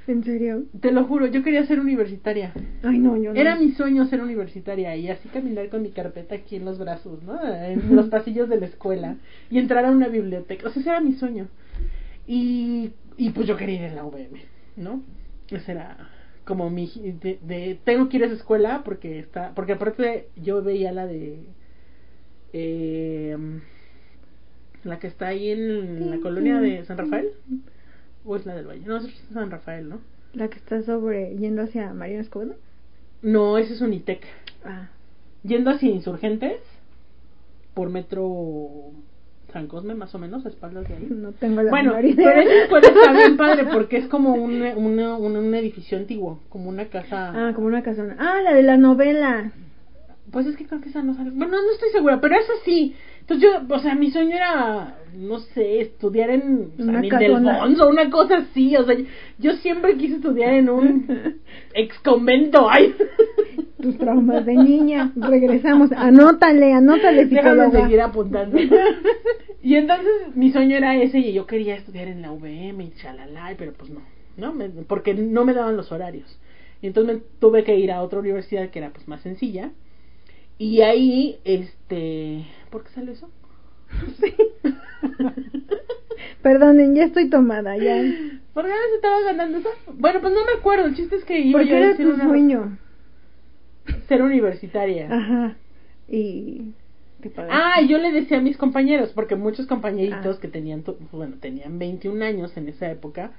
B: ¿En serio?
E: Te lo juro, yo quería ser universitaria.
B: Ay, no, yo no.
E: Era mi sueño ser universitaria y así caminar con mi carpeta aquí en los brazos, ¿no? En los pasillos de la escuela y entrar a una biblioteca. O sea, ese era mi sueño. Y, y pues yo quería ir en la UVM, ¿no? Ese era como mi... De, de- tengo que ir a esa escuela porque está... Porque aparte yo veía la de... eh, la que está ahí en la colonia de San Rafael. ¿O es la del Valle? No, es San Rafael, ¿no?
B: La que está sobre... yendo hacia Mariano Escobedo.
E: No, ese es Unitec.
B: Ah.
E: yendo hacia Insurgentes por metro San Cosme más o menos a espaldas de ahí
B: No tengo la
E: bueno
B: menor idea.
E: pero esa escuela está bien padre porque es como un, una- un- un edificio antiguo como una casa
B: Ah, como una casona. Ah, la de la novela.
E: pues es que creo que esa no sale bueno no estoy segura pero esa sí entonces yo o sea mi sueño era no sé estudiar en
B: Una
E: San
B: casona.
E: Ildefonso una cosa así o sea yo, yo siempre quise estudiar en un ex convento ay
B: Tus traumas de niña. Regresamos. Anótale, anótale, psicóloga.
E: Déjame seguir apuntando. y entonces mi sueño era ese y yo quería estudiar en la UVM y chalala, pero pues no, no me- porque no me daban los horarios. Y entonces me tuve que ir a otra universidad que era pues más sencilla. Y ahí, este, ¿por qué salió eso?
B: Perdonen, ya estoy tomada, ya.
E: ¿Por qué se estaba ganando eso? Bueno, pues no me acuerdo, el chiste es que iba yo
B: Porque
E: a
B: era
E: decir
B: tu
E: una-
B: sueño.
E: ser universitaria.
B: Ajá. Y. te pagaste.
E: Ah, yo le decía a mis compañeros, porque muchos compañeritos
B: Ah.
E: que tenían, to- bueno, tenían 21 años en esa época,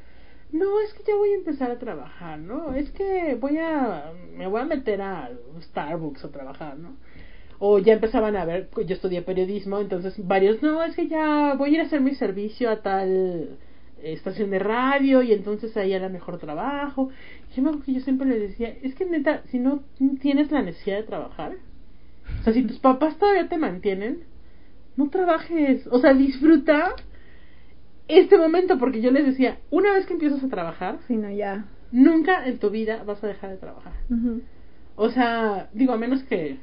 E: no, es que ya voy a empezar a trabajar, ¿no? Es que voy a, me voy a meter a Starbucks a trabajar, ¿no? O ya empezaban a ver, pues, yo estudié periodismo, entonces varios, no, es que ya voy a ir a hacer mi servicio a tal estación de radio y entonces ahí era mejor trabajo. Yo me acuerdo que yo siempre les decía, es que neta, si no tienes la necesidad de trabajar, o sea, si tus papás todavía te mantienen, no trabajes, o sea, disfruta este momento, porque yo les decía, una vez que empiezas a trabajar,
B: Si no, ya.
E: nunca en tu vida vas a dejar de trabajar.
B: Ujú.
E: O sea, digo, a menos que,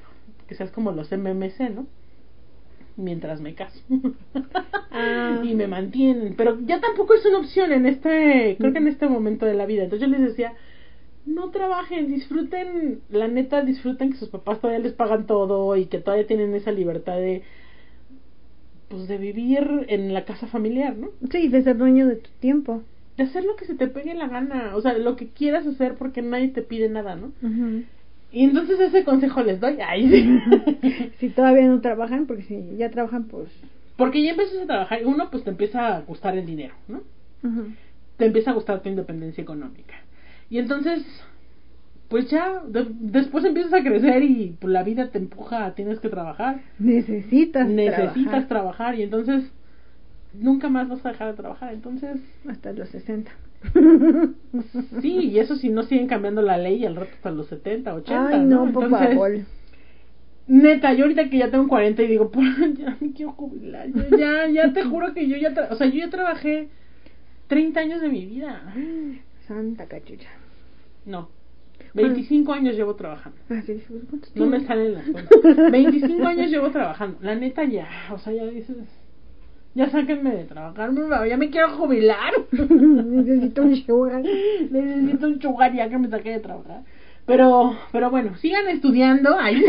E: que seas como los MMC, ¿no? Mientras me caso.
B: Ah.
E: y me mantienen. Pero ya tampoco es una opción en este, creo que en este momento de la vida. Entonces yo les decía, no trabajen, disfruten, la neta, disfruten que sus papás todavía les pagan todo y que todavía tienen esa libertad de, pues, de vivir en la casa familiar, ¿no?
B: Sí, de ser dueño de tu tiempo.
E: De hacer lo que se te pegue la gana, o sea, lo que quieras hacer porque nadie te pide nada, ¿no?
B: Ujú.
E: Y entonces ese consejo les doy. Ay, sí.
B: Si todavía no trabajan, porque si ya trabajan, pues.
E: Porque ya empiezas a trabajar y uno pues te empieza a gustar el dinero, ¿no?
B: ujú.
E: Te empieza a gustar tu independencia económica. Y entonces, pues ya, de- después empiezas a crecer y pues, la vida te empuja, tienes que trabajar,
B: Necesitas.
E: necesitas trabajar.
B: trabajar
E: y entonces nunca más vas a dejar de trabajar. Entonces,
B: Hasta los 60.
E: sí, y eso si no siguen cambiando la ley al rato hasta los 70, 80.
B: Ay, no, por
E: Entonces,
B: favor.
E: Neta, yo ahorita que ya tengo 40 y digo, "Por- ya me quiero jubilar. Yo ya, ya te juro que yo ya, tra- o sea, yo ya trabajé 30 años de mi vida.
B: Santa cachucha.
E: No, 25 años llevo trabajando.
B: Así dice, pues, ¿cuántos
E: No me
B: tienes?
E: salen las cuentas. 25 años llevo trabajando. La neta ya, o sea, ya dices, ya sáquenme de trabajar, por favor, ya me quiero jubilar.
B: Necesito un sugar.
E: Necesito un chugar ya que me saqué de trabajar. Pero, pero bueno, sigan estudiando, ay,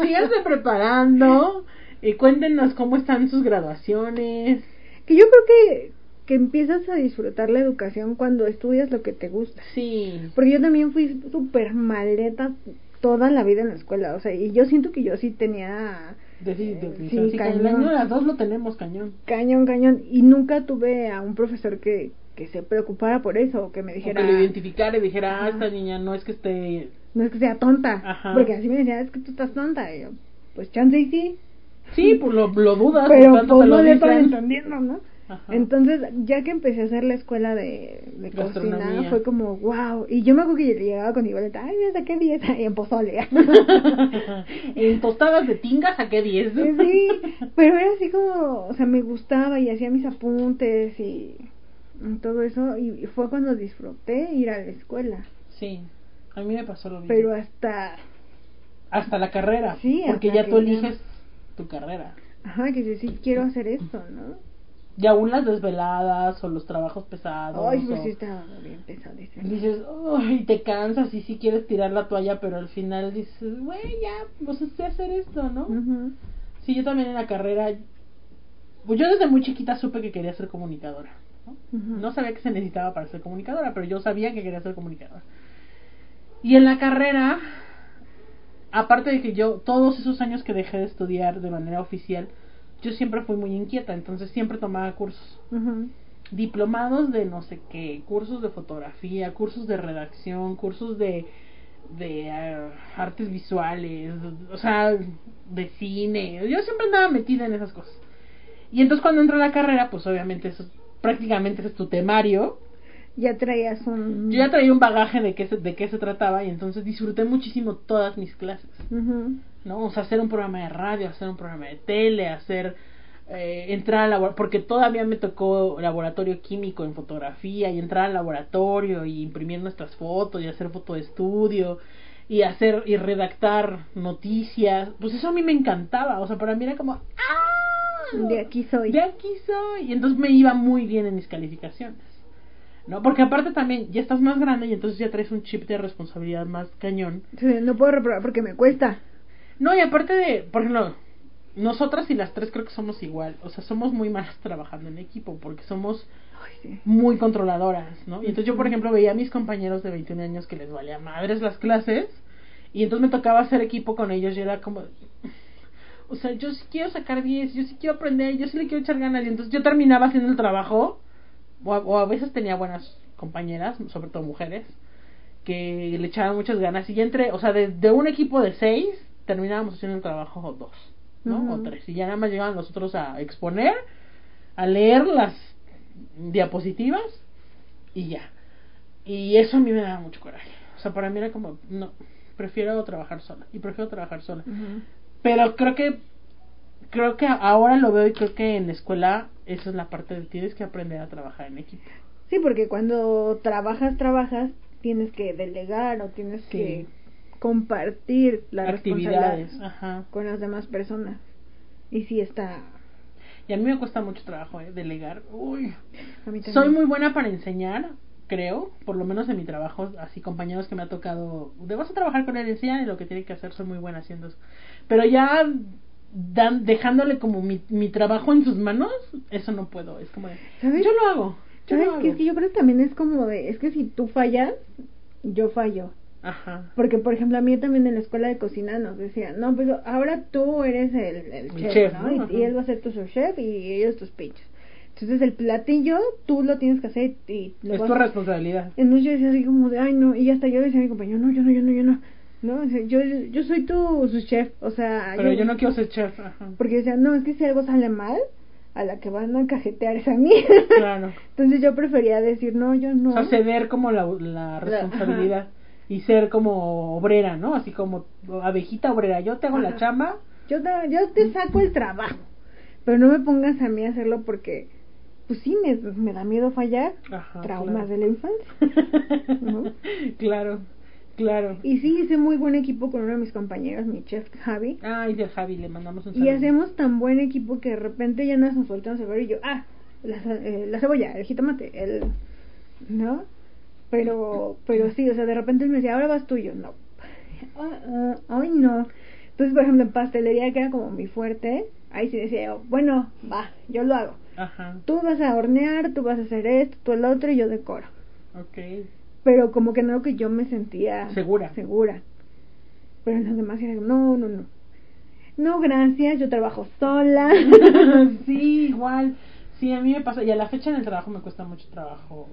E: síganse preparando y cuéntenos cómo están sus graduaciones.
B: Que yo creo que, que empiezas a disfrutar la educación cuando estudias lo que te gusta.
E: Sí,
B: Porque yo también fui súper maleta toda la vida en la escuela. O sea, y yo siento que yo sí tenía
E: déficit de
B: Eh,
E: atención.
B: sí,
E: Sí, cañón.
B: cañón.
E: Las dos lo tenemos cañón.
B: cañón, cañón. Y nunca tuve a un profesor que, que se preocupara por eso. O que me dijera,
E: O que lo identificara y dijera, ah,
B: Ajá.
E: esta niña no es que esté...
B: no es que sea tonta.
E: Ajá.
B: Porque así me decía, es que tú estás tonta. Y yo, pues chance y sí.
E: Sí, pues lo, lo dudas,
B: Pero
E: por
B: pues
E: tanto te
B: no
E: lo
B: le están
E: dicen.
B: entendiendo, ¿no?
E: Ajá.
B: Entonces, ya que empecé a hacer la escuela de, de cocina,
E: Gastronomía.
B: fue como, wow. Y yo me acuerdo que llegaba con mi boleta, ay, mira, qué dieta, y en pozole.
E: en tostadas de tinga saqué 10.
B: sí, pero era así como, o sea, me gustaba y hacía mis apuntes y, y todo eso. Y fue cuando disfruté ir a la escuela.
E: Sí, a mí me pasó lo mismo.
B: Pero hasta,
E: hasta la carrera
B: Sí,
E: porque
B: hasta
E: ya tú
B: que ya-
E: eliges tu carrera
B: ajá, que sí, sí, quiero hacer esto, ¿no?
E: y aún las desveladas o los trabajos pesados
B: Ay, pues
E: o-
B: sí, estaba bien pesadísimo.
E: dices ay te cansas y si quieres tirar la toalla pero al final dices güey ya no sé sé hacer esto no
B: Ujú.
E: sí yo también en la carrera pues yo desde muy chiquita supe que quería ser comunicadora ¿no?
B: Ujú.
E: No sabía que se necesitaba para ser comunicadora, pero yo sabía que quería ser comunicadora. Y en la carrera, aparte de que yo, todos esos años que dejé de estudiar de manera oficial, yo siempre fui muy inquieta, entonces siempre tomaba cursos.
B: Ujú.
E: Diplomados de no sé qué, cursos de fotografía, cursos de redacción, cursos de, de ah, artes visuales, o sea, de cine. Yo siempre andaba metida en esas cosas. Y entonces cuando entro a la carrera, pues obviamente eso es- prácticamente ese es tu temario.
B: Ya traías un...
E: Yo ya traía un bagaje de qué se, de qué se trataba y entonces disfruté muchísimo todas mis clases,
B: Ujú.
E: ¿no? O sea, hacer un programa de radio, hacer un programa de tele, hacer eh, entrar al laboratorio, porque todavía me tocó laboratorio químico en fotografía y entrar al laboratorio y imprimir nuestras fotos y hacer foto de estudio y hacer y redactar noticias, pues eso a mí me encantaba, o sea, para mí era como ¡ah!
B: De aquí soy.
E: Ya quiso Y entonces me iba muy bien en mis calificaciones. ¿No? Porque aparte también ya estás más grande y entonces ya traes un chip de responsabilidad más cañón.
B: Sí, No puedo reprobar porque me cuesta.
E: No, y aparte de, por ejemplo, nosotras y las tres creo que somos igual. O sea, somos muy malas trabajando en equipo porque somos
B: Ay, sí.
E: muy controladoras, ¿no? Y entonces yo, por ejemplo, veía a mis compañeros de 21 años que les valía madres las clases y entonces me tocaba hacer equipo con ellos y era como... O sea, yo sí quiero sacar 10, yo sí quiero aprender, yo sí le quiero echar ganas y entonces yo terminaba haciendo el trabajo o a, o a veces tenía buenas compañeras, sobre todo mujeres, que le echaban muchas ganas y ya entre, o sea, de, de un equipo de 6 terminábamos haciendo el trabajo dos, ¿no?
B: Ujú.
E: O tres y ya nada más llegaban los otros a exponer a leer las diapositivas y ya. Y eso a mí me daba mucho coraje. O sea, para mí era como, no, prefiero trabajar sola. Y prefiero trabajar sola. Pero creo que creo que ahora lo veo y creo que en la escuela esa es la parte de tienes que aprender a trabajar en equipo.
B: Sí, porque cuando trabajas, trabajas, tienes que delegar o tienes
E: Sí.
B: que compartir la
E: Actividades,
B: responsabilidad
E: ajá.
B: con las demás personas. Y sí está
E: Y a mí me cuesta mucho trabajo eh, delegar. Uy,
B: a mí también.
E: soy muy buena para enseñar, creo, por lo menos en mi trabajo, así compañeros que me ha tocado, de vas a trabajar con él, enseñan lo que tiene que hacer, soy muy buena haciendo eso. Pero ya dan, dejándole como mi, mi trabajo en sus manos, eso no puedo, es como de,
B: ¿Sabes?
E: yo lo hago, yo
B: ¿Sabes
E: lo hago.
B: qué? Es que yo creo que también es como de, es que si tú fallas, yo fallo.
E: Ajá.
B: Porque, por ejemplo, a mí también en la escuela de cocina nos decían, no, pues ahora tú eres el, el
E: El
B: chef,
E: chef,
B: ¿no?
E: ¿no?
B: Y-
E: Ajá.
B: Y, él va a ser tu chef y ellos tus pinches. Entonces, el platillo tú lo tienes que hacer y lo
E: Es
B: vas
E: tu
B: a-
E: responsabilidad.
B: Entonces yo decía así como de, ay, no. Y hasta yo decía a mi compañero, no, yo no, yo no, yo no. No, o sea, yo, yo soy tu su chef, o sea...
E: Pero yo no quiero ser chef. Ajá.
B: Porque decía, no, es que si algo sale mal, a la que van a cajetear es a mí.
E: Claro.
B: Entonces yo prefería decir, no, yo no.
E: O sea, ceder como la, la responsabilidad
B: ajá.
E: y ser como obrera, ¿no? Así como abejita obrera. Yo te hago la
B: Ajá.
E: chamba.
B: yo, te, yo te saco el trabajo, pero no me pongas a mí a hacerlo porque, pues sí, me, me da miedo fallar.
E: Ajá,
B: Traumas
E: Ah, claro.
B: de la infancia. Ujú.
E: Claro, claro.
B: Y sí, hice muy buen equipo con uno de mis compañeros, mi chef Javi.
E: Ay, de Javi, le mandamos un
B: Y
E: saludo.
B: hacemos tan buen equipo que de repente ya nos soltamos a ver y yo, ah, la, ce- eh, la cebolla, el jitomate, el... ¿No? Pero, pero sí, o sea, de repente él me decía, ahora vas tú, y yo, no. Ah, ah, Ay, no. Entonces, por ejemplo, en pastelería, que era como mi fuerte, ahí sí decía, yo, bueno, va, yo lo hago.
E: Ajá,
B: Tú vas a hornear, tú vas a hacer esto, tú el otro, y yo decoro.
E: ok.
B: Pero como que no que yo me sentía...
E: Segura.
B: Segura. Pero en las demás era, no, no, no. No, gracias, yo trabajo sola.
E: sí, igual. Sí, a mí me pasa. Y a la fecha en el trabajo me cuesta mucho trabajo.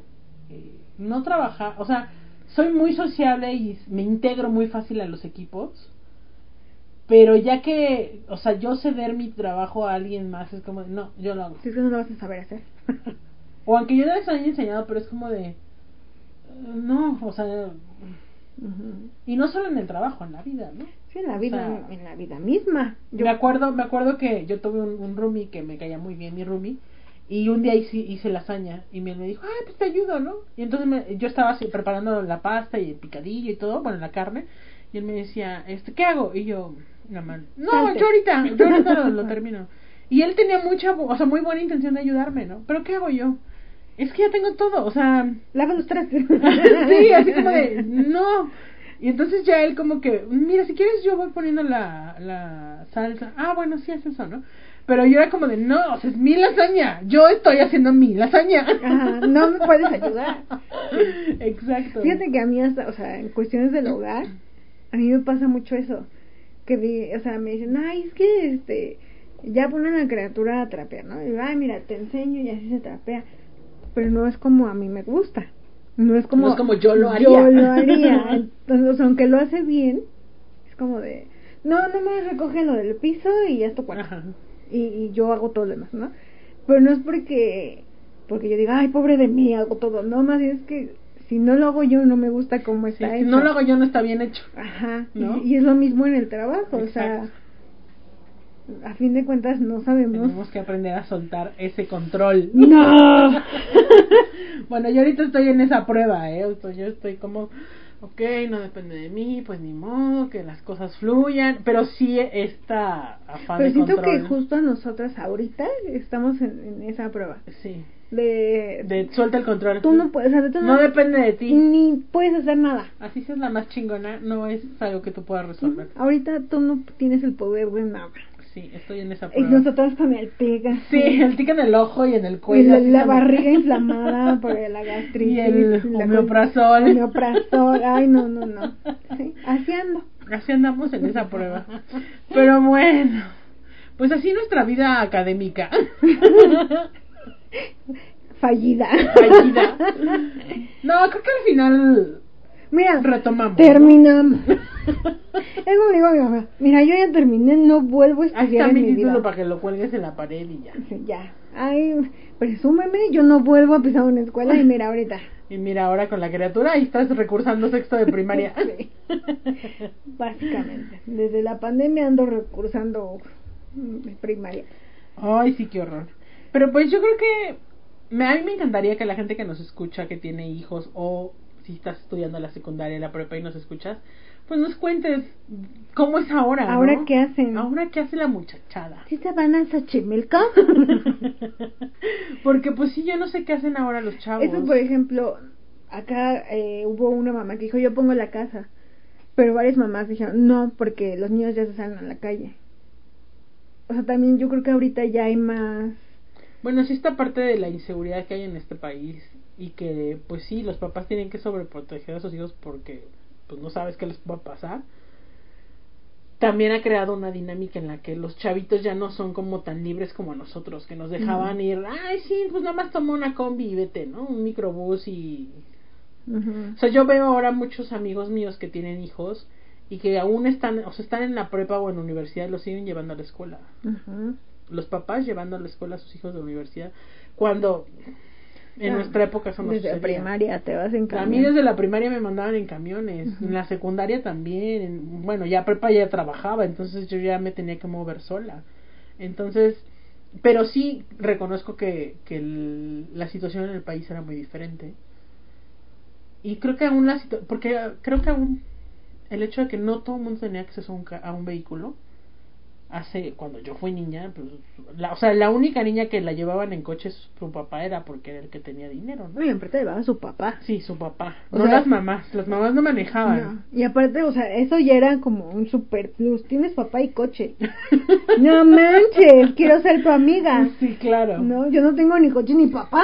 E: eh, no trabajar. O sea, soy muy sociable y me integro muy fácil a los equipos. Pero ya que, o sea, yo ceder mi trabajo a alguien más es como, no, yo lo hago.
B: Si es que no lo vas a saber hacer.
E: O aunque yo les haya enseñado, pero es como de, eh, no, o sea,
B: Ujú.
E: y no solo en el trabajo, en la vida, ¿no?
B: Sí, en la
E: O
B: vida,
E: sea,
B: en la vida misma. Yo,
E: me acuerdo, me acuerdo que yo tuve un, un roomie que me caía muy bien, mi roomie, y un día hice, hice lasaña y me, me dijo, ay, pues te ayudo, ¿no? Y entonces me- yo estaba así preparando la pasta y el picadillo y todo, bueno, la carne, y él me decía, este, ¿qué hago? Y yo, la mano, no,
B: Salte.
E: yo ahorita, yo ahorita lo, lo termino. Y él tenía mucha, bu- o sea, muy buena intención de ayudarme, ¿no? Pero ¿qué hago yo? Es que ya tengo todo, o sea,
B: Lava los trastes.
E: sí, así como de, no. Y entonces ya él como que, mira, si quieres yo voy poniendo la, la salsa. Ah, bueno, sí es eso, ¿no? Pero yo era como de, no, o sea, es mi lasaña. Yo estoy haciendo mi lasaña.
B: Ajá, no me puedes ayudar.
E: Exacto.
B: Fíjate que a mí hasta, o sea, en cuestiones del hogar, a mí me pasa mucho eso. Que, di- o sea, me dicen, ay, es que, este, ya ponen a la criatura a trapear, ¿no? Y yo, ay, mira, te enseño y así se trapea. Pero no es como a mí me gusta. No es como,
E: No es como yo lo
B: Yo
E: haría.
B: lo haría. Entonces, o sea, aunque lo hace bien, es como de, no, nomás recoge lo del piso y ya es tu cuarto
E: Ajá.
B: y, y yo hago todo lo demás, ¿no? Pero no es porque porque yo diga, ay, pobre de mí, hago todo, no, más bien es que si no lo hago yo no me gusta cómo
E: Sí,
B: está
E: si
B: hecho.
E: no lo hago yo, no está bien hecho.
B: Ajá, y-
E: ¿no?
B: y, es lo mismo en el trabajo,
E: Exacto.
B: o sea, a fin de cuentas no sabemos.
E: Tenemos que aprender a soltar ese control.
B: No.
E: bueno, yo ahorita estoy en esa prueba, ¿eh? O sea, yo estoy como, ok, no depende de mí, pues ni modo, que las cosas fluyan, pero sí esta afán
B: Pero
E: de
B: siento
E: control.
B: que justo nosotras ahorita estamos en, en esa prueba
E: Sí,
B: de,
E: de suelta el control.
B: tú no Mm. puedes, o sea, tú
E: No depende de ti.
B: ni puedes hacer nada.
E: Así seas la más chingona, no es algo que tú puedas resolver.
B: Ahorita tú no tienes el poder de nada.
E: Sí, estoy en esa
B: Y
E: prueba.
B: nosotras con el pega.
E: Sí, el tic en el ojo y en el
B: Y
E: cuello.
B: la,
E: así
B: la
E: como-
B: barriga inflamada por la gastritis.
E: Y el
B: la-
E: homeoprazol.
B: Homeoprazol. Ay, no, no, no. Sí, así ando.
E: Así andamos en esa prueba. Pero bueno, pues así nuestra vida académica.
B: Fallida.
E: Fallida. No, creo que al final
B: Mira,
E: retomamos.
B: terminamos.
E: ¿no?
B: Es como digo a mi mamá. Mira, yo ya terminé, no vuelvo a
E: Ahí está
B: estudiar en
E: mi
B: mi vida.
E: título para que lo cuelgues en la pared y ya.
B: Sí, ya. Ay, presúmeme, yo no vuelvo a pisar una escuela y mira ahorita.
E: Y mira, ahora con la criatura ahí estás recursando sexto de primaria.
B: Sí. Básicamente, desde la pandemia ando recursando mm, primaria.
E: Ay, sí, qué horror. Pero pues yo creo que me, a mí me encantaría que la gente que nos escucha, que tiene hijos o si estás estudiando la secundaria, la prepa y nos escuchas, pues nos cuentes cómo es ahora. ¿no?
B: ¿Ahora qué hacen?
E: Ahora qué hace la muchachada.
B: ¿Sí se van a Xochimilco?
E: Porque pues sí, yo no sé qué hacen ahora los chavos.
B: Eso, por ejemplo, acá eh, hubo una mamá que dijo, yo pongo la casa. Pero varias mamás dijeron, no, porque los niños ya se salen a la calle. O sea, también yo creo que ahorita ya hay más...
E: Bueno, sí esta parte de la inseguridad que hay en este país y que pues sí, los papás tienen que sobreproteger a sus hijos porque pues no sabes qué les va a pasar. También ha creado una dinámica en la que los chavitos ya no son como tan libres como nosotros, que nos dejaban ir, ay, sí, pues nada más toma una combi y vete, ¿no? Un microbús y...
B: Ujú.
E: O sea, yo veo ahora muchos amigos míos que tienen hijos y que aún están, o sea, están en la prepa o en la universidad y los siguen llevando a la escuela
B: Ujú.
E: los papás llevando a la escuela a sus hijos de la universidad cuando en
B: Ah,
E: nuestra época eso no
B: Desde
E: sucedía.
B: primaria te vas
E: a
B: en
E: mí
B: camión.
E: desde la primaria me mandaban en camiones en la secundaria también en- bueno ya prepa ya trabajaba entonces yo ya me tenía que mover sola entonces pero sí reconozco que, que el- la situación en el país era muy diferente y creo que aún la situ- porque ah, creo que aún el hecho de que no todo el mundo tenía acceso a un, ca- a un vehículo hace cuando yo fui niña pues, la, o sea la única niña que la llevaban en coches su papá era porque era el que tenía dinero ¿no?
B: No, y aparte llevaba a su papá.
E: sí su papá
B: O
E: no
B: sea-
E: las mamás las mamás no manejaban
B: No, Y aparte, o sea, eso ya era como un super plus. Tienes papá y coche. No manches, quiero ser tu amiga.
E: Pues sí claro
B: No, yo no tengo ni coche ni papá.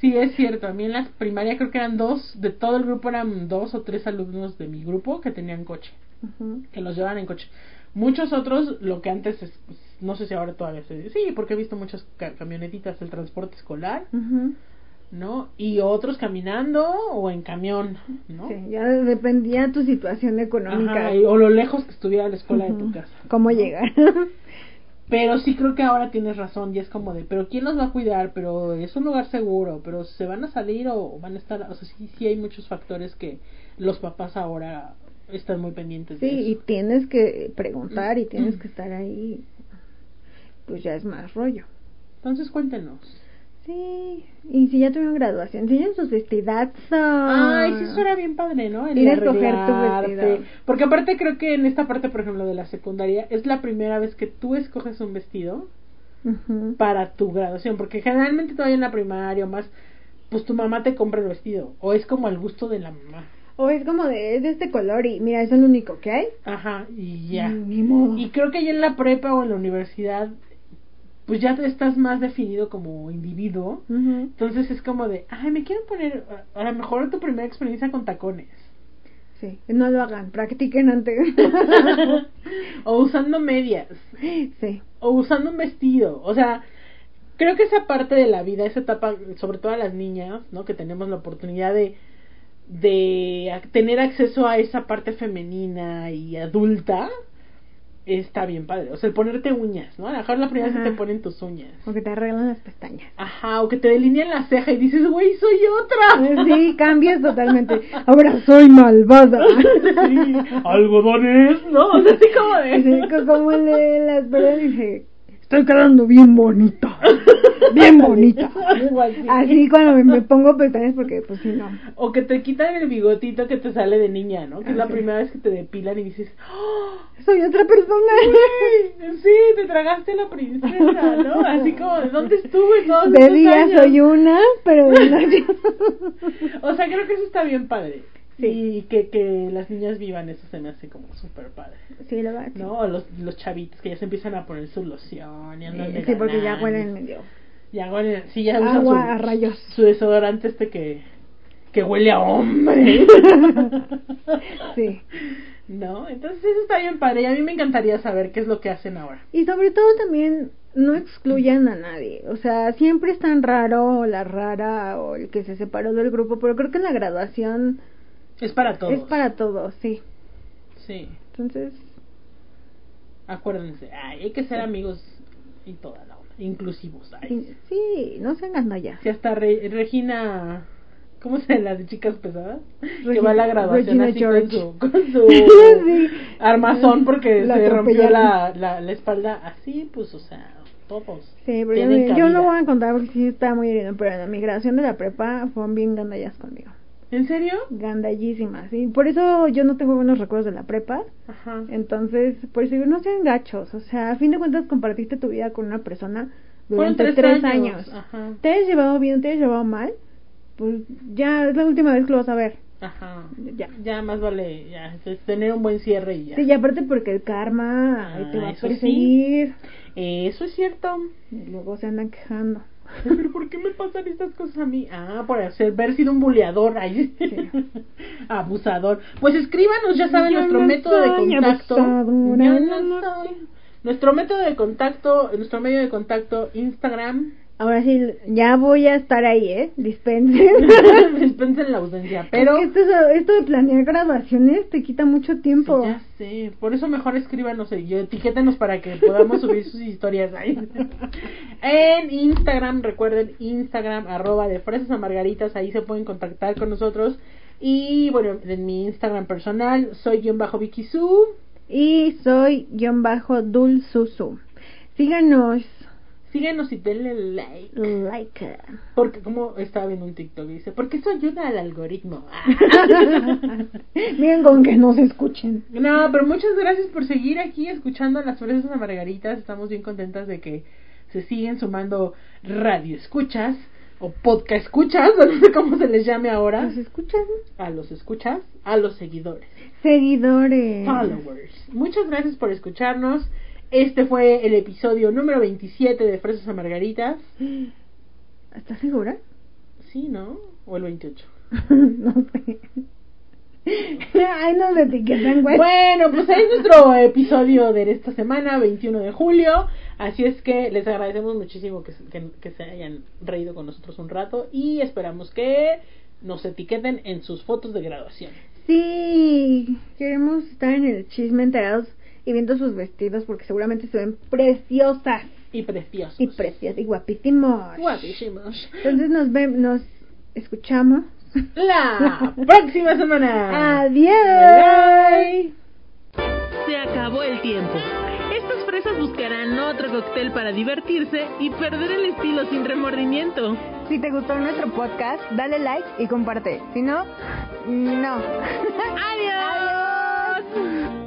E: sí es cierto a mí en la primaria creo que eran dos de todo el grupo eran dos o tres alumnos de mi grupo que tenían coche
B: Ujú.
E: que los llevan en coche. Muchos otros, lo que antes, es- pues, no sé si ahora todavía se dice, sí, porque he visto muchas ca- camionetitas del transporte escolar,
B: Ujú.
E: ¿no? Y otros caminando o en camión, ¿no?
B: Sí, ya dependía tu situación económica.
E: Ajá, y- o lo lejos que estuviera la escuela de tu
B: Ujú.
E: casa.
B: ¿Cómo llegar?
E: Pero sí creo que ahora tienes razón y es como de, pero ¿quién los va a cuidar? Pero es un lugar seguro, pero ¿se van a salir o van a estar? O sea, sí, sí hay muchos factores que los papás ahora están muy pendientes
B: sí,
E: de eso.
B: y tienes que preguntar y tienes que estar ahí. Pues ya es más rollo.
E: Entonces cuéntenos.
B: Sí, y si ya tuvieron graduación, si ya sus vestidazo.
E: Ay, sí, eso era bien padre, ¿no? El
B: Ah. Ir a escoger tu
E: arreglarte.
B: vestido.
E: Porque aparte creo que en esta parte, por ejemplo, de la secundaria, es la primera vez que tú escoges un vestido
B: Ujú.
E: para tu graduación. Porque generalmente todavía en la primaria o más, pues tu mamá te compra el vestido. O es como el gusto de la mamá.
B: O es como de, es de este color y mira, es el único que hay.
E: Ajá, y ya.
B: Mm, Ni modo.
E: Y creo que ya en la prepa o en la universidad, pues ya te estás más definido como individuo.
B: Ujú.
E: Entonces es como de, ay, me quiero poner, a a lo mejor tu primera experiencia con tacones.
B: Sí, no lo hagan, practiquen antes.
E: o usando medias,
B: sí.
E: o usando un vestido, o sea, creo que esa parte de la vida, esa etapa, sobre todo a las niñas, ¿no? Que tenemos la oportunidad de de ac- tener acceso a esa parte femenina y adulta está bien padre, o sea, el ponerte uñas, ¿no? A lo mejor la primera vez que
B: Ajá.
E: te ponen tus uñas.
B: O que te arreglan las pestañas.
E: Ajá, o que te delinean la ceja y dices, güey, soy otra.
B: Sí, cambias totalmente. Ahora soy malvada.
E: Sí, algodones, ¿no? O sea, así como de...
B: Así co- como el de las velas dije, estoy quedando bien bonita. Bien bonita.
E: Algo así.
B: Así cuando me, me pongo pestañas porque pues si no.
E: O que te quitan el bigotito que te sale de niña, ¿no? Que es la
B: Ajá.
E: primera vez que te depilan y dices, ¡Oh!
B: Soy otra persona.
E: güey, Sí, te tragaste a la princesa, ¿no? Así como, ¿de dónde estuve todos
B: De
E: estos
B: día
E: años?
B: soy una, pero de noche.
E: O sea, creo que eso está bien padre.
B: Sí.
E: Y que, que las niñas vivan eso se me hace como súper padre,
B: Sí, la verdad. sí.
E: ¿no? O los, los chavitos que ya se empiezan a poner su loción y andan
B: Eh,
E: de
B: sí, porque ya
E: galanes.
B: huelen medio.
E: Ya huelen, sí, ya usan
B: Agua
E: su-
B: a rayos.
E: su desodorante este que, que huele a hombre.
B: Sí.
E: No, entonces eso está bien padre y a mí me encantaría saber qué es lo que hacen ahora.
B: Y sobre todo también no excluyan a nadie. O sea, siempre es tan raro o la rara o el que se separó del grupo, pero creo que la graduación
E: Es para todos.
B: es para todos, sí.
E: Sí,
B: Entonces,
E: acuérdense, ay, hay que ser amigos y toda la onda. inclusivos. Ay.
B: Sí, sí, no se engañó ya.
E: Si hasta Re- Regina, ¿cómo se llama la de chicas pesadas? que va a la grabación
B: Regina
E: así
B: George.
E: con su, con su
B: Sí.
E: armazón porque
B: La
E: se rompió la,
B: atropellaron.
E: la, la espalda así, pues, o sea, todos.
B: Sí, pero yo,
E: tienen
B: yo no
E: cabida.
B: voy a contar porque sí estaba muy herido, pero en la migración de la prepa fueron bien gandallas conmigo.
E: ¿En serio?
B: Gandallísimas. Y por eso yo no tengo buenos recuerdos de la prepa.
E: Ajá.
B: Entonces, por eso digo, no sean gachos. O sea, a fin de cuentas compartiste tu vida con una persona
E: Fueron
B: durante
E: tres, años.
B: años.
E: Ajá.
B: Te has llevado bien, te has llevado mal. Pues ya es la última vez que lo vas a ver.
E: Ajá.
B: Ya.
E: Ya más vale ya, es tener un buen cierre y ya.
B: Sí, y aparte porque el karma ahí te
E: Ah,
B: va a
E: eso sí.
B: perseguir.
E: Eh, Eso es cierto.
B: Y luego se andan quejando.
E: Pero ¿por qué me pasan estas cosas a mí? Ah, por hacer, haber sido un buleador ahí.
B: Sí.
E: Abusador. Pues escríbanos, ya saben
B: Yo
E: nuestro
B: no
E: método de
B: soy
E: contacto.
B: abusadora,
E: Yo
B: no
E: no
B: lo
E: soy. Nuestro método de contacto, nuestro medio de contacto Instagram.
B: Ahora sí, ya voy a estar ahí, ¿eh? Dispensen.
E: Dispensen la ausencia, pero
B: Es que esto, es- esto de planear graduaciones te quita mucho
E: Sí,
B: tiempo.
E: ya sé, por eso mejor escríbanos eh, y etiquétenos para que podamos subir sus historias ahí. en Instagram, recuerden, Instagram, arroba de fresas a margaritas, ahí se pueden contactar con nosotros. Y bueno, en mi Instagram personal, soy guión bajo Vicky Su.
B: Y soy guión bajo Dulzuzu. Síganos.
E: Síguenos y denle like.
B: Like.
E: Porque como estaba viendo un TikTok, dice, porque eso ayuda al algoritmo.
B: Miren con que nos escuchen.
E: No, pero muchas gracias por seguir aquí escuchando las fresas a margaritas. Estamos bien contentas de que se siguen sumando radio escuchas o podcast escuchas, o no sé cómo se les llame ahora,
B: Nos escuchan.
E: a los escuchas, a los seguidores,
B: Seguidores.
E: followers. Muchas gracias por escucharnos. Este fue el episodio número 27 de Fresas a Margaritas.
B: ¿Estás segura?
E: Sí, ¿no? O el 28.
B: no sé. Ay, nos etiquetan, güey.
E: Bueno, pues ahí es nuestro episodio de esta semana, 21 de julio. Así es que les agradecemos muchísimo que, se- que- que se hayan reído con nosotros un rato y esperamos que nos etiqueten en sus fotos de graduación.
B: Sí, queremos estar en el chisme enterados y viendo sus vestidos porque seguramente se ven preciosas
E: Y preciosos.
B: y preciosas y guapísimos.
E: Guapísimos.
B: Entonces nos vemos, nos escuchamos.
E: La próxima semana.
B: Adiós.
E: Bye.
A: Se acabó el tiempo. Estas fresas buscarán otro cóctel para divertirse y perder el estilo sin remordimiento.
B: Si te gustó nuestro podcast, dale like y comparte. Si no, no.
A: ¡Adiós!
B: Adiós.